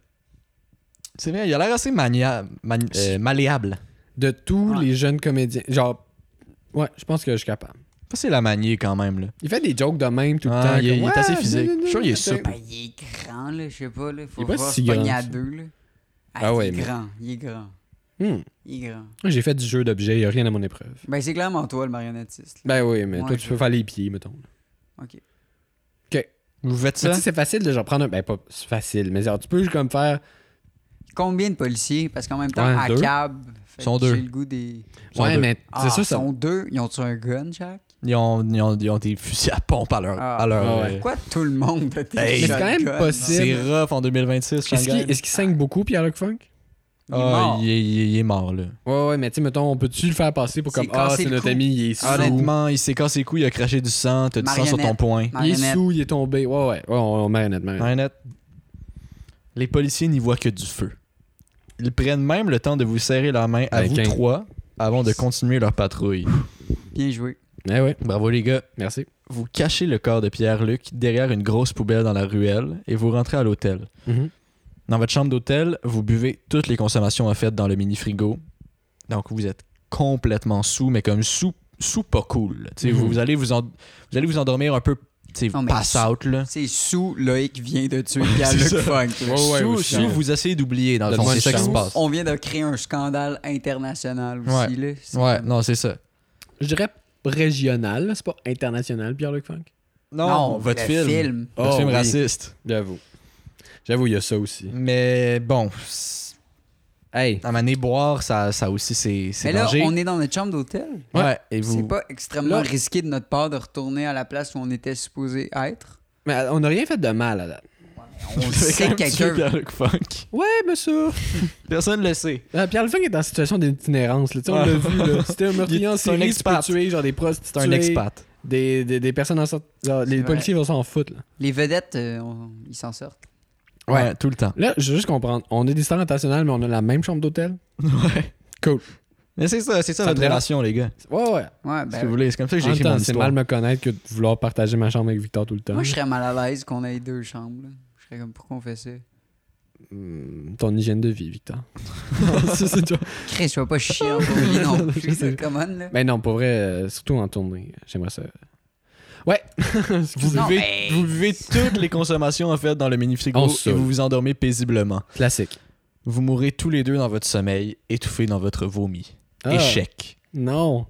S3: c'est vrai, il a l'air assez mania- man- euh, malléable.
S1: De tous
S2: Ouais.
S1: les jeunes comédiens. Genre, ouais, je pense que je suis capable.
S3: Facile à manier quand même là.
S1: Il fait des jokes de même tout le
S3: Ah,
S1: temps.
S3: il est-
S1: comme,
S3: il est
S1: Ouais,
S3: assez physique.
S1: nanana,
S3: Je suis sûr qu'il est
S1: nanana.
S3: souple.
S2: Ben, il est grand, là, je sais pas, là. Faut
S1: Il est pas
S2: voir
S1: si
S2: se pogner
S1: grand,
S2: à
S1: ça.
S2: deux, là.
S1: Ah ouais,
S2: il est
S1: mais-
S2: grand, il est grand,
S1: Hmm.
S2: il est grand.
S1: J'ai fait du jeu d'objets, il n'y a rien à mon épreuve.
S2: Ben, c'est clairement toi, le marionnettiste. là.
S1: Ben oui, mais
S2: Ouais,
S1: toi, tu
S2: je-
S1: peux faire les pieds, mettons. OK.
S2: OK.
S3: Vous
S1: Mais
S3: faites ça
S1: tu sais, c'est facile de genre prendre un. Ben, pas c'est facile, mais genre, tu peux comme faire.
S2: Combien de policiers? Parce qu'en même temps,
S1: Ouais,
S2: à
S1: deux.
S2: cab... fait
S3: Sont
S2: que
S3: deux.
S2: J'ai le goût des...
S3: Ils sont deux.
S1: mais
S2: Ah,
S1: c'est sûr, ça.
S2: sont deux. Ils ont-tu un gun, Jack?
S3: Ils ont, ils ont- ils ont des fusils à pompe à leur.
S2: Ah.
S3: à leur,
S1: Ah ouais.
S3: euh,
S2: Pourquoi tout le monde a des
S3: Hey,
S1: Mais c'est quand même
S2: shotguns?
S1: possible.
S3: C'est rough en 2026.
S1: Est-ce
S3: Shanghai.
S1: qu'il est-ce qu'il saigne beaucoup, Pierre-Luc Funk?
S2: Il est mort.
S3: Ah, il est, il est- il est mort là.
S1: Ouais, ouais, mais tu sais, mettons, on peut-tu le faire passer pour
S2: C'est
S1: comme Ah,
S2: cassé
S1: c'est
S2: le
S1: notre
S2: cou.
S1: ami, il est
S3: Ah,
S1: sous.
S3: Honnêtement, il s'est cassé les couilles, il a craché du sang, t'as du sang sur ton
S2: Marionnette.
S3: poing.
S1: Il est
S2: Marionnette.
S1: sous, il est tombé. Ouais, ouais, ouais, on, on marionnette, marionnette.
S3: Marionnette. Les policiers n'y voient que du feu. Ils prennent même le temps de vous serrer la main à
S1: Ben,
S3: vous
S1: quinze.
S3: trois avant de continuer leur patrouille.
S2: Bien joué.
S1: Ouais, ouais,
S3: Bravo Ben les gars.
S1: Eh merci.
S3: Vous cachez le corps de Pierre-Luc derrière une grosse poubelle dans la ruelle et vous rentrez à l'hôtel.
S1: Mhm.
S3: Dans votre chambre d'hôtel, vous buvez toutes les consommations faites dans le mini-frigo. Donc vous êtes complètement sous, mais comme sous, sous pas cool. là. Tu sais, vous,
S1: Mhm.
S3: vous allez vous, en- vous allez vous endormir un peu, tu sais,
S2: Non, mais
S3: pass out là.
S2: C'est sous Loïc vient de tuer
S3: c'est
S2: Pierre-Luc
S3: ça.
S2: Funk. là.
S1: Ouais, ouais,
S3: sous,
S1: aussi,
S3: sous,
S1: ouais.
S3: vous essayez d'oublier dans le fond,
S1: Donne-moi
S3: c'est
S1: une
S3: ça qui se
S1: chance.
S3: passe.
S2: On vient de créer un scandale international aussi. Là. C'est
S3: Ouais,
S2: comme-
S3: non, c'est ça.
S1: Je dirais régional, c'est pas international, Pierre-Luc Funk.
S3: Non, votre
S2: le
S3: film. Votre
S1: Oh,
S3: film
S1: oui.
S3: raciste.
S1: J'avoue. J'avoue, il y a ça aussi.
S3: Mais bon, c'est-
S1: Hey.
S3: À maner boire, ça, ça aussi, c'est c'est
S2: Mais là,
S3: dangereux.
S2: on est dans notre chambre d'hôtel.
S3: Ouais. et vous.
S2: C'est pas extrêmement
S1: Là-
S2: risqué de notre part de retourner à la place où on était supposé
S3: *laughs*
S2: être.
S1: Mais euh, on n'a rien fait de mal à date.
S2: On
S3: Fait quand
S2: sait
S3: même tuer
S2: quelqu'un.
S3: Pierre-Luc Funk.
S1: Ouais, monsieur.
S3: Personne le sait.
S1: Euh, Pierre Lefunk est en situation d'itinérance. là. Tu sais, On l'a
S3: Ouais.
S1: vu. là. C'était un meurtrier
S3: *laughs* Il-
S1: en
S3: c'est un
S1: série. Tu peux
S3: expat.
S1: tuer genre, des prostituées.
S3: C'est un expat.
S1: Des, des, des personnes en sorte. genre, les
S2: C'est vrai.
S1: policiers vont s'en foutre. Là.
S2: Les vedettes, euh, on- ils s'en sortent.
S1: Ouais.
S3: tout le temps.
S1: là, je veux juste comprendre. On est des stars internationales, mais on a la même chambre d'hôtel.
S3: Ouais.
S1: Cool.
S3: Mais c'est ça, c'est ça,
S1: Ça te
S3: notre
S1: va?
S3: relation, les gars.
S1: Ouais, ouais.
S2: Ouais,
S3: Si vous
S2: ben,
S3: voulez, c'est comme ça que
S1: En
S3: j'ai
S1: même
S3: écrit
S1: temps,
S3: mon
S1: c'est
S3: histoire.
S1: mal me connaître que de vouloir partager ma chambre avec Victor tout le temps.
S2: moi, je serais mal à l'aise qu'on ait deux chambres. là. Je serais comme, pourquoi on fait ça?
S1: Hmm, Ton hygiène de vie, Victor.
S3: Ça, c'est toi.
S2: Chris, sois pas chiant pour
S3: *laughs*
S2: lui non plus, cette commande, là.
S1: Mais non, pour vrai, euh, surtout en tournée. J'aimerais ça. Ouais. *laughs*
S3: Vous
S2: Non,
S3: buvez,
S2: mais-
S3: vous buvez toutes les consommations en fait dans le mini
S1: On
S3: frigo
S1: se
S3: et
S1: saoule.
S3: vous vous endormez paisiblement.
S1: Classique.
S3: Vous mourrez tous les deux dans votre sommeil, étouffés dans votre vomi.
S1: Ah,
S3: Échec.
S1: Non.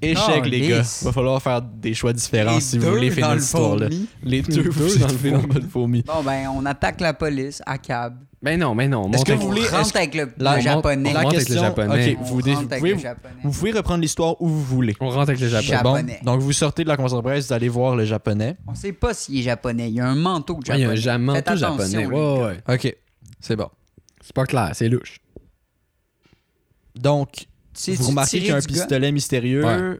S3: Échec,
S2: Oh,
S3: les gars.
S2: lisse.
S3: Va falloir faire des choix différents
S2: Les
S3: si vous voulez
S2: deux
S3: finir
S2: dans le
S3: cette histoire-là.
S2: vomi.
S3: Les deux,
S1: deux
S3: vous
S1: dans le
S3: étouffez dans
S1: vomi.
S3: votre vomi.
S2: Bon, ben, on attaque la police à cab.
S1: Mais Ben non, mais non.
S3: Est-ce
S1: monte
S3: que
S1: avec-
S3: vous
S2: on
S3: voulez- est-ce
S2: rentre
S3: que-
S2: avec le, le
S3: La- on-
S2: japonais.
S1: la- rentre avec le
S3: question,
S1: japonais.
S3: ok,
S2: On
S3: vous, dé- vous
S2: rentre avec
S3: pouvez,
S2: le japonais.
S3: vous pouvez reprendre l'histoire où vous voulez.
S1: On rentre avec les Japonais.
S2: Japonais.
S3: Bon, donc vous sortez de la conférence de presse, vous allez voir le japonais.
S2: On sait pas s'il est japonais. Il y a un manteau de
S1: Ouais, Il
S2: japonais.
S1: y a un jaman
S2: Faites
S1: tout
S2: attention,
S1: japonais.
S2: les
S1: Ouais,
S2: gars.
S1: ouais.
S3: Ok, c'est bon.
S1: C'est pas clair, c'est louche.
S3: Donc,
S2: Tu sais,
S3: vous
S2: tu
S3: remarquez
S2: tirais
S3: qu'il y a un
S2: du gun?
S3: pistolet mystérieux
S1: Ouais.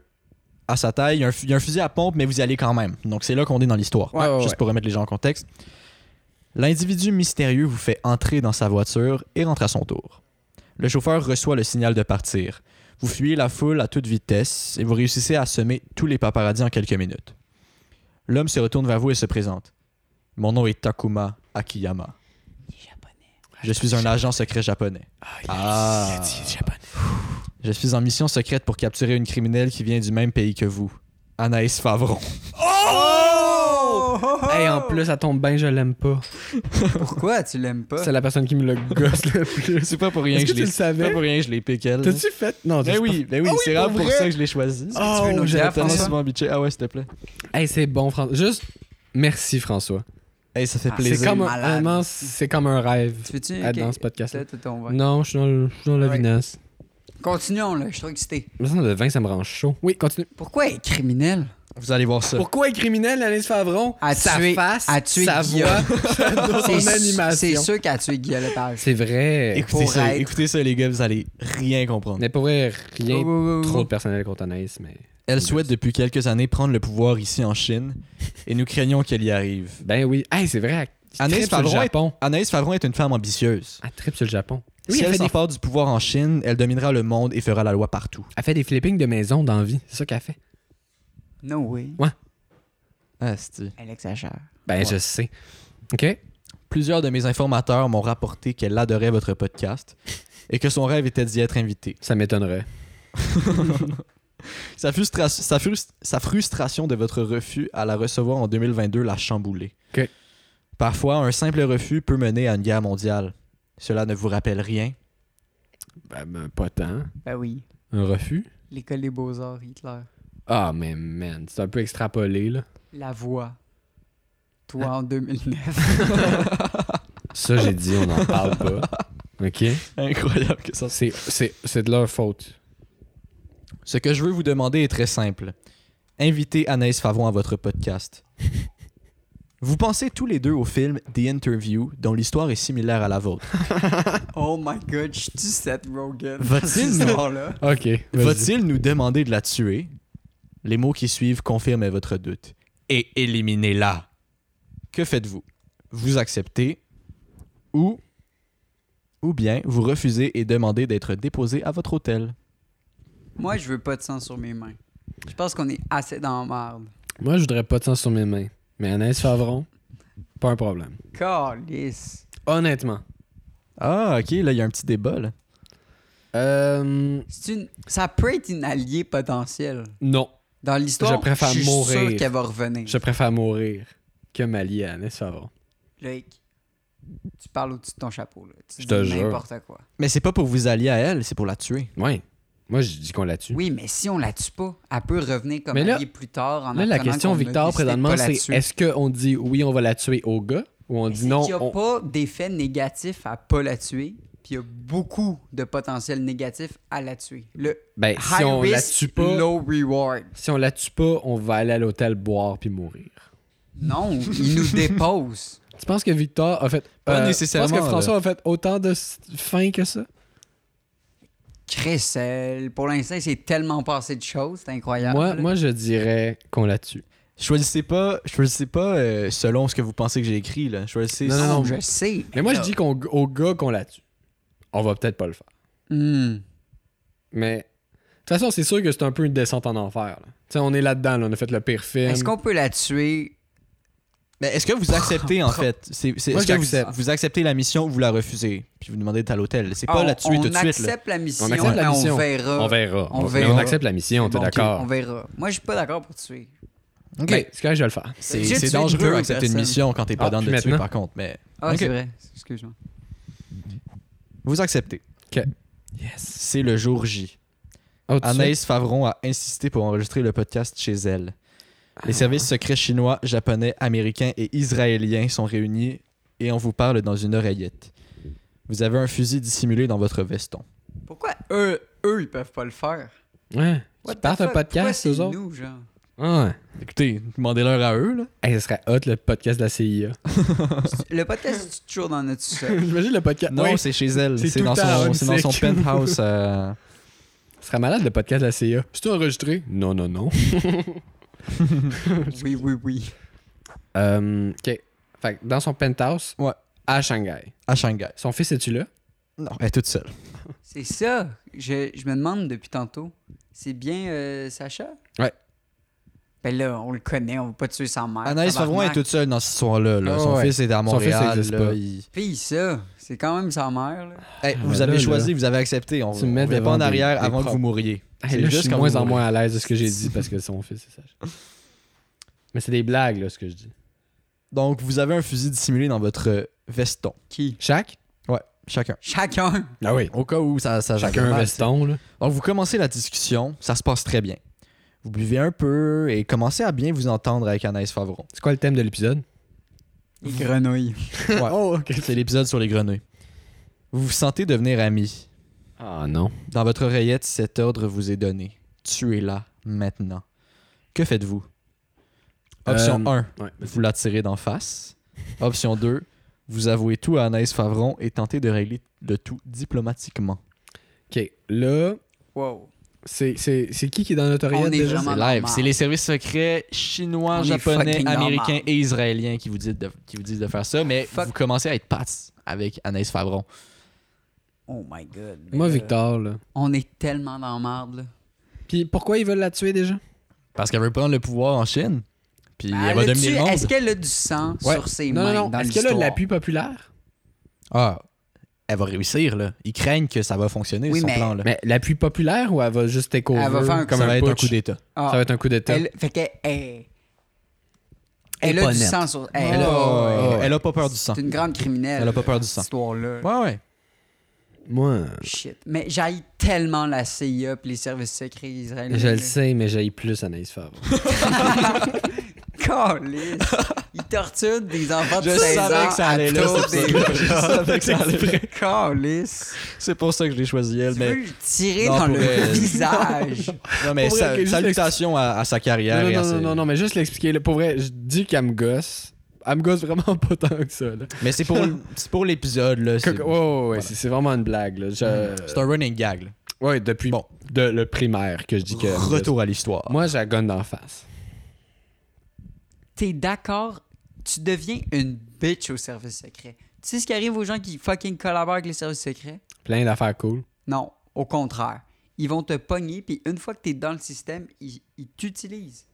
S3: à sa taille. Il y, a un, fu- il y a un fusil à pompe, mais vous y allez quand même. Donc, c'est là qu'on est dans l'histoire.
S1: Ouais, ouais,
S3: juste
S1: ouais.
S3: pour remettre les gens en contexte. L'individu mystérieux vous fait entrer dans sa voiture et rentre à son tour. Le chauffeur reçoit le signal de partir. Vous fuyez la foule à toute vitesse et vous réussissez à semer tous les paparazzis en quelques minutes. L'homme se retourne vers vous et se présente. Mon nom est Takuma Akiyama.
S2: Il est japonais.
S3: Je suis un agent secret japonais. Ah.
S1: Il a dit- il a dit japonais.
S3: Je suis en mission secrète pour capturer une criminelle qui vient du même pays que vous. Anaïs Favron.
S2: Oh!
S1: Hey, en plus, ça tombe bien, je l'aime pas.
S2: Pourquoi tu l'aimes pas?
S1: C'est la personne qui me le gosse le
S3: *laughs*
S1: plus.
S3: *laughs* C'est pas pour rien
S1: Est-ce
S3: que,
S1: que
S3: je
S1: tu
S3: l'ai-
S1: le savais?
S3: C'est pas pour rien que je l'ai piqué. elle.
S1: T'as-tu fait? Non,
S3: Ben
S1: c'est
S3: oui, ben oui,
S1: Ah
S3: c'est
S1: oui,
S3: rare
S1: pour
S3: pour
S1: vrai?
S3: ça que je l'ai choisi.
S1: pas-
S2: tu veux
S1: Oh,
S2: nos
S1: j'avais tellement-
S2: gars,
S3: Tellement
S2: François?
S3: souvent bitché. Ah ouais, s'il te plaît.
S1: ben, Hey, c'est bon, François. Juste, merci, François.
S3: Hey, ça fait
S2: Ah,
S1: C'est
S3: plaisir.
S1: comme, un,
S2: Malade.
S1: vraiment, c'est comme un rêve
S2: Tu veux-tu?
S1: à-
S2: ok,
S1: dans ce podcast-là.
S2: peut-être, on va-
S1: Non, je suis dans, le- je suis dans la
S2: Alright.
S1: vinasse.
S2: Continuons, là. Je suis trop excité.
S1: Me semble que le vin, ça me rend chaud. Oui, continue.
S2: Pourquoi il
S1: *laughs*
S2: est criminel?
S3: Vous allez voir ça.
S1: Pourquoi est criminel, Alice Favron?
S2: À
S1: sa
S2: tuer-
S1: face,
S2: à tuer
S1: sa voix,
S2: Guillaume.
S1: son
S2: C'est- C'est
S1: animation.
S2: sûr qu'elle a tué Guillaume
S1: *laughs*
S2: Lepage.
S1: C'est vrai.
S3: Écoutez
S2: Pour
S3: ça,
S2: être-
S3: écoutez ça, les gars, vous allez rien comprendre.
S1: Mais pour vrai, rien
S2: Oh, oh, oh, oh.
S1: trop de personnel contre Anaïs, mais...
S3: Elle souhaite depuis quelques années prendre le pouvoir ici en Chine
S1: *laughs*
S3: et nous craignons qu'elle y arrive.
S1: Ben oui. Hey, c'est vrai. Elle
S3: Anaïs
S1: tripe sur le
S3: Favreau est-
S1: Japon.
S3: Anaïs Favron est une femme ambitieuse.
S1: Elle tripe sur le Japon.
S3: si
S1: elle,
S3: elle
S1: fait des...
S3: s'empare du pouvoir en Chine, elle dominera le monde et fera la loi partout.
S1: elle fait des flippings de maison dans la vie. C'est ça qu'elle fait.
S2: No way.
S3: Ah, c'est...
S2: Elle exagère.
S1: Ben, je sais. OK?
S3: Plusieurs de mes informateurs m'ont rapporté qu'elle adorait votre podcast et que son rêve était d'y
S1: *laughs*
S3: être invitée.
S1: Ça m'étonnerait.
S3: Sa, frustra- sa frus- sa frustration de votre refus à la recevoir en 2022 l'a chamboulée.
S1: Ok.
S3: Parfois, un simple refus peut mener à une guerre mondiale. Cela ne vous rappelle rien.
S1: Ben, ben, pas tant.
S2: Ben oui.
S1: Un refus?
S2: L'école des beaux-arts, Hitler.
S1: Ah, mais man, c'est un peu extrapolé, là.
S2: La voix. Toi
S1: Ah.
S2: en 2009.
S1: Ça, j'ai dit, on n'en parle pas. *laughs* OK?
S3: *laughs* Incroyable que ça.
S1: C'est- C'est c'est de leur faute.
S3: Ce que je veux vous demander est très simple. Invitez Anaïs Favon à votre podcast. Vous pensez tous les deux au film The Interview, dont l'histoire est similaire à la vôtre.
S2: *laughs* oh my god, je tue Seth Rogen. *laughs*
S3: Va-t-il
S2: Cette
S3: nous-
S2: histoire-là.
S1: OK. vas-y.
S3: Va-t-il nous demander de la tuer? Les mots qui suivent confirment votre doute. Et éliminez-la. Que faites-vous? Vous acceptez ou ou bien vous refusez et demandez d'être déposé à votre hôtel.
S2: Moi, je veux pas de sang sur mes mains. Je pense qu'on est assez dans la merde.
S1: Moi, je voudrais pas de sang sur mes mains. Mais Anaïs Favron, pas un problème.
S2: Calice.
S1: Honnêtement.
S3: Ah, ok, là, il y a un petit débat, là.
S1: Euh,
S2: C'est une... Ça peut être une alliée potentielle.
S1: non.
S2: Dans l'histoire,
S1: Je préfère
S2: suis
S1: mourir.
S2: sûr qu'elle va revenir.
S1: Je préfère mourir que m'allier à Anaïs Favron.
S2: Loïc, tu parles au-dessus de ton chapeau. Là. Tu
S1: Je
S2: dis
S1: te jure.
S2: n'importe quoi.
S3: Mais c'est pas pour vous allier à elle, c'est pour la tuer.
S1: Ouais. Moi, je dis qu'on la tue.
S2: Oui, mais si on la tue pas, elle peut revenir comme
S1: Mais là-
S2: alliée plus tard. En
S1: Là, la
S2: apprenant
S1: question,
S2: qu'on a
S1: Victor,
S2: décidé de
S1: présentement,
S2: pas la
S1: c'est
S2: tuer.
S1: est-ce qu'on dit oui, on va la tuer au gars ou on
S2: Mais
S1: dit
S2: c'est
S1: non
S2: qu'il n'y a
S1: on-
S2: pas d'effet négatif à pas la tuer. Puis il y a beaucoup de potentiel négatif à la tuer. Le
S1: Ben,
S2: high
S1: si on
S2: risk,
S1: la tue pas,
S2: low reward.
S1: si on la tue pas, on va aller à l'hôtel boire puis mourir.
S2: Non, il nous dépose. *laughs*
S1: Tu penses que Victor a fait.
S3: Pas
S1: euh,
S3: nécessairement,
S1: Tu penses que
S3: là.
S1: François a fait autant de s- fins que ça
S2: Chris, euh, pour l'instant, c'est tellement passé de choses, c'est incroyable.
S1: moi,
S2: Ah, là.
S1: moi, je dirais qu'on la tue.
S3: Choisissez pas, choisissez pas euh, selon ce que vous pensez que j'ai écrit. Là. Choisissez.
S1: Non, non, non.
S2: je sais.
S1: Mais moi, je
S2: là.
S1: dis qu'on, au gars qu'on la tue. On va peut-être pas le faire.
S2: Hmm.
S1: Mais. De toute façon, c'est sûr que c'est un peu une descente en enfer. là. Tu sais, on est là-dedans, là, on a fait le pire film.
S2: Est-ce qu'on peut la tuer?
S3: Mais est-ce que vous acceptez en fait C'est- c'est-
S1: Moi,
S3: Est-ce que
S1: j'accepte.
S3: vous, vous acceptez la mission ou vous la refusez Puis vous demandez d'être à l'hôtel. C'est
S2: Ah,
S3: pas
S2: on-
S3: la tuer tout de
S2: On
S3: suite. là.
S2: accepte la mission,
S1: On accepte la
S2: mais
S1: mission.
S2: on verra.
S1: On verra.
S2: On
S1: On,
S2: verra.
S1: mais on accepte la mission, t'es
S2: Bon, ok,
S1: d'accord.
S2: On verra. Moi, je suis pas d'accord pour tuer.
S3: Ok.
S1: Ben, c'est correct, je vais le faire.
S3: C'est
S2: J'ai
S3: c'est
S2: tué
S3: dangereux
S2: deux
S3: d'accepter une
S2: personnes.
S3: mission quand t'es pas
S1: Ah,
S3: dans de
S1: puis
S3: la tuer
S1: maintenant?
S3: par contre. Mais
S2: Ah,
S3: Ok.
S2: c'est vrai. Excuse-moi.
S3: vous acceptez.
S1: Ok.
S3: Yes. C'est le jour J.
S1: Oh, tu sais-
S3: Anaïs Favron a insisté pour enregistrer le podcast chez elle. Les
S1: Ah.
S3: services secrets chinois, japonais, américains et israéliens sont réunis et on vous parle dans une oreillette. Vous avez un fusil dissimulé dans votre veston.
S2: Pourquoi eux, eux, ils peuvent pas le faire?
S1: Ouais.
S2: What
S1: Ils
S2: the
S1: partent un
S2: fuck? Pourquoi
S1: podcast,
S2: c'est
S1: eux autres. Ah,
S2: nous, genre?
S1: Ouais.
S3: Écoutez, demandez-leur à eux, là.
S1: Hey, ce serait hot le podcast de la CIA.
S2: Le podcast, c'est toujours dans notre *laughs* sol.
S1: *laughs* J'imagine le podcast.
S3: Non,
S1: Ouais,
S3: c'est chez elle.
S1: C'est
S3: C'est
S1: tout
S3: dans,
S1: le temps à
S3: son- c'est dans son
S1: Homesick. *laughs*
S3: penthouse. euh,
S1: ce serait malade le podcast de la CIA. C'est enregistré Non, non, non.
S2: oui, oui, oui.
S1: Euh, ok. Fait que dans son penthouse,
S3: Ouais.
S1: à Shanghai.
S3: à Shanghai.
S1: Son fils, est tu là
S3: Non, elle est toute seule.
S2: C'est ça. Je, je me demande depuis tantôt. C'est bien euh, Sacha?
S1: Ouais.
S2: Ben là, on le connaît, on va pas tuer sa mère.
S3: Anaïs Favron est
S2: tabarnak.
S3: toute seule dans ce soir-là. là.
S1: Ah
S3: son
S1: ouais.
S3: fils est à
S1: Son fils
S3: Montréal.
S1: n'existe
S3: là,
S1: pas.
S3: il-
S2: Pille ça. C'est quand même sa mère, là.
S3: Hey, vous
S1: là,
S3: avez
S1: Ah, là.
S3: choisi, vous avez accepté. On
S1: Tu
S3: ne
S1: me mets
S3: met pas
S1: devant
S3: en
S1: des-
S3: arrière
S1: des
S3: avant que
S1: propres.
S3: vous mouriez.
S1: Hey,
S3: C'est
S1: Là, je
S3: juste
S1: suis de
S3: quand
S1: moins
S3: vous
S1: en
S3: voulez.
S1: moins à l'aise de ce que j'ai
S3: *laughs*
S1: dit parce que son fils est sage. Mais c'est des blagues, là, ce que je dis.
S3: Donc, vous avez un fusil dissimulé dans votre veston.
S2: Qui?
S1: Chaque
S3: Ouais, chacun.
S2: Chacun.
S1: Ah oui.
S3: Au cas où ça, ça
S1: Chacun
S3: jamais
S1: un
S3: mal,
S1: veston, là.
S3: tu sais. Donc, vous commencez la discussion, ça se passe très bien. Vous buvez un peu et commencez à bien vous entendre avec
S1: *laughs*
S3: Anaïs Favron.
S1: C'est quoi le thème de l'épisode
S2: Les grenouilles.
S3: Ouais.
S1: Oh, ok.
S3: C'est l'épisode sur les grenouilles. Vous vous sentez devenir amis.
S1: Ah non.
S3: Dans votre oreillette, cet ordre vous est donné. Tuez-la maintenant. Que faites-vous Option
S1: Euh,
S3: 1,
S1: Ouais.
S3: vous la tirez d'en face. Option 2, vous avouez tout à Anaïs Favron et tentez de régler le tout diplomatiquement.
S1: Ok. Là,
S2: Wow.
S1: c'est c'est- c'est qui qui est dans notre
S2: On est
S1: oreillette déjà
S2: vraiment-
S3: C'est
S2: normal.
S3: live. C'est les services secrets chinois,
S2: On est
S3: japonais,
S2: fucking normal.
S3: américains et israéliens qui vous, disent de, qui vous disent de faire ça, mais
S2: Fuck.
S3: vous commencez à être passe avec Anaïs Favron.
S2: Oh my god.
S1: Moi,
S2: Mais, euh,
S1: Victor, là.
S2: On est tellement dans la marde, là.
S1: Puis pourquoi ils veulent la tuer déjà
S3: Parce qu'elle veut prendre le pouvoir en Chine, puis
S2: Ben,
S3: elle va
S2: elle a
S3: dominer
S2: du-
S3: Bah, le monde.
S2: Est-ce qu'elle a du sang
S1: Ouais.
S2: sur ses
S1: Non,
S2: mains
S1: non, non.
S2: dans
S1: Est-ce qu'elle a de
S2: l'histoire?
S1: l'appui populaire
S3: Ah, elle va réussir, là. Ils craignent que ça va fonctionner,
S2: Oui,
S3: son
S2: mais-
S3: plan, là.
S1: Mais l'appui populaire ou elle va juste take over
S2: Elle va faire un-
S1: comme
S3: ça va être un
S1: putsch?
S3: coup d'État.
S2: Ah,
S1: Ça va être un coup d'État.
S2: elle, fait qu'elle elle,
S3: Elle
S2: elle
S3: est
S2: a
S3: pas
S2: du
S3: nette.
S2: sang sur...
S3: Elle
S2: Elle
S3: a, oh,
S2: a...
S3: elle a pas peur du sang.
S2: oh, C'est une grande criminelle.
S3: Elle a pas peur du sang.
S2: Cette histoire-là.
S3: Ouais, ouais.
S1: Moi,
S2: Shit. Mais j'aille tellement la CIA pis les services secrets israéliens.
S1: je
S2: là.
S1: le sais, mais j'ai plus Anaïs Favre.
S2: *laughs* Calisse. Ils torturent des enfants de
S3: Je
S2: 16 ans.
S3: savais que ça allait
S2: à
S3: là,
S2: tour
S3: c'est ça.
S1: *laughs*
S3: Je savais que ça allait
S2: des... Calisse.
S3: C'est pour ça que je l'ai choisi, elle.
S2: Tu
S3: mais
S2: veux lui tirer
S3: Non,
S2: dans
S3: pour
S2: le
S3: elle.
S2: visage.
S3: non, mais
S1: Pour vrai,
S3: sa-
S1: ok, juste
S3: salutations à, à sa carrière.
S1: non,
S3: et à
S1: non, non,
S3: ses-
S1: non, non, mais juste l'expliquer. là, Pour vrai, je dis qu'elle me gosse. Elle me gosse vraiment *laughs* pas tant que ça. là.
S3: Mais c'est pour, c'est pour l'épisode,
S1: Que-
S3: là. Ah, C'est euh,
S1: que- ouais, ouais, ouais, c'est- c'est vraiment une blague. Là. Je- euh,
S3: c'est un running gag, là.
S1: Ouais, depuis
S3: Bon.
S1: de, le primaire que je dis que. elle me gosse.
S3: Retour à l'histoire.
S1: Moi, j'ai la gonne d'en face.
S2: T'es d'accord? Tu deviens une bitch aux services secrets. Tu sais ce qui arrive aux gens qui fucking collaborent avec les services secrets?
S1: Plein d'affaires cool.
S2: Non, au contraire. Ils vont te pogner, puis une fois que t'es dans le système, ils, ils t'utilisent.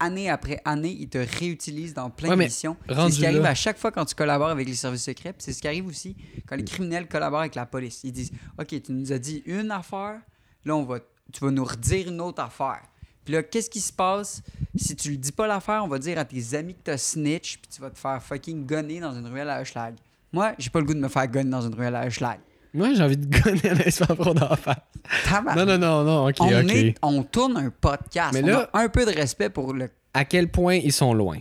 S2: Année après année, ils te réutilisent dans plein
S1: Ouais,
S2: de
S1: mais
S2: missions. C'est
S1: rendu
S2: ce qui arrive
S1: là-
S2: à chaque fois quand tu collabores avec les services secrets. puis C'est ce qui arrive aussi quand les criminels collaborent avec la police. Ils disent OK, tu nous as dit une affaire, là, on va, tu vas nous redire une autre affaire. Puis là, qu'est-ce qui se passe? Si tu le dis pas l'affaire, on va dire à tes amis que t'as snitch, puis tu vas te faire fucking gonner dans une ruelle à Hushlag. Moi, j'ai pas le goût de me faire gonner dans une ruelle
S1: *laughs*
S2: à Hushlag.
S1: Moi, j'ai envie de gonner *laughs* Anaïs Favre d'en face.
S3: Ah.
S1: Non, non, non, non, ok,
S2: on,
S1: ok.
S2: est- on tourne un podcast.
S1: Mais
S2: on
S1: là-
S2: a un peu de respect pour le.
S1: À quel point ils sont loin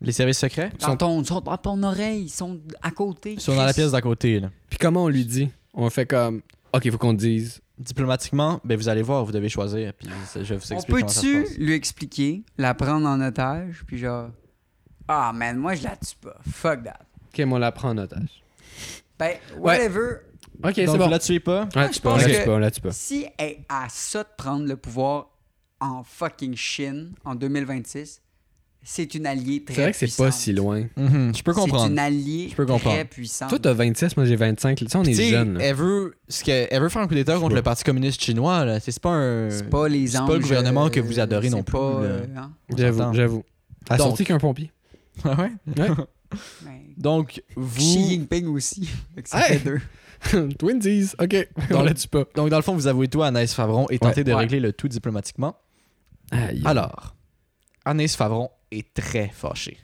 S3: Les services secrets
S1: Ils sont-
S2: Dans ton, ils sont dans ton oreille, ils sont à côté.
S3: Ils sont dans la pièce d'à côté. Là.
S1: Puis comment on lui dit On fait comme OK, il faut qu'on te dise.
S3: Diplomatiquement, ben, vous allez voir, vous devez choisir. Puis je vais vous
S2: On
S3: explique comment ça se
S2: peut-tu
S3: passe.
S2: lui expliquer, la prendre en otage, puis genre, ah man, moi je la tue pas, fuck that.
S1: OK, mais on la prend en otage.
S2: Ben, whatever,
S1: OK, c'est
S3: Donc,
S1: bon.
S3: vous la tuez pas.
S1: Ouais,
S2: je
S1: tu peux, on
S2: pense
S1: la
S2: que-
S1: tue pas, on la tue pas.
S2: si elle est à ça de prendre le pouvoir en fucking Chine en 2026, c'est une alliée très
S1: C'est vrai que c'est pas
S2: puissante.
S1: si loin.
S3: Mhm, je peux
S2: C'est
S3: comprendre.
S2: une alliée
S3: Je peux comprendre.
S2: très puissante.
S1: Toi, t'as 26, moi j'ai 25. Tu sais, on est
S3: Tu sais,
S1: jeunes. là.
S3: elle veut, ce que- elle veut faire un coup d'État contre
S1: Ouais.
S3: le Parti communiste chinois. là. C'est c'est pas un.
S2: c'est pas les
S3: c'est pas
S2: anges. euh,
S3: le gouvernement que vous adorez
S2: c'est
S3: non plus,
S2: pas,
S3: là.
S2: euh, hein.
S3: on s'entend.
S1: J'avoue, j'avoue. À
S3: Donc-
S1: sorti qu'un *laughs* pompier.
S3: *laughs* Ah ouais?
S2: Ben,
S3: Donc, vous.
S2: Xi Jinping aussi. *laughs* Fait que ça
S1: Hey!
S2: fait deux.
S1: Twinsies, OK. *laughs*
S3: Dans
S1: on
S3: le-
S1: la tue pas.
S3: Donc, dans le fond, vous avouez tout à Anaïs Favron et tentez
S1: Ouais.
S3: de
S2: Ouais.
S3: régler le tout diplomatiquement. Alors, Anaïs Favron est très
S1: *laughs*
S3: fâchée.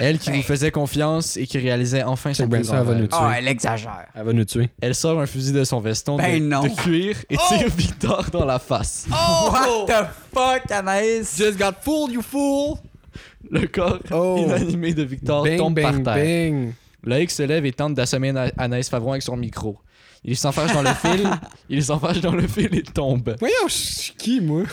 S3: elle qui vous faisait confiance et qui réalisait enfin son
S1: Check bien
S3: plus
S1: ça,
S3: grand
S1: elle va
S3: rêve.
S1: nous tuer.
S2: Ah, elle exagère.
S1: Elle va nous tuer.
S3: Elle sort un fusil de son veston
S2: Ben
S3: de,
S2: non.
S3: de cuir
S1: Oh!
S3: et tire Victor dans la face.
S2: What the fuck, Anaïs?
S3: Just got fooled, you fool! Le corps
S1: Oh.
S3: inanimé de Victor tombe par terre.
S1: bang.
S3: Loïc se lève et tente d'assommer Ana- Anaïs Favron avec son micro. Il s'enfarge *laughs* dans le fil, il s'enfarge dans le fil et tombe.
S1: Voyons, je suis qui, moi?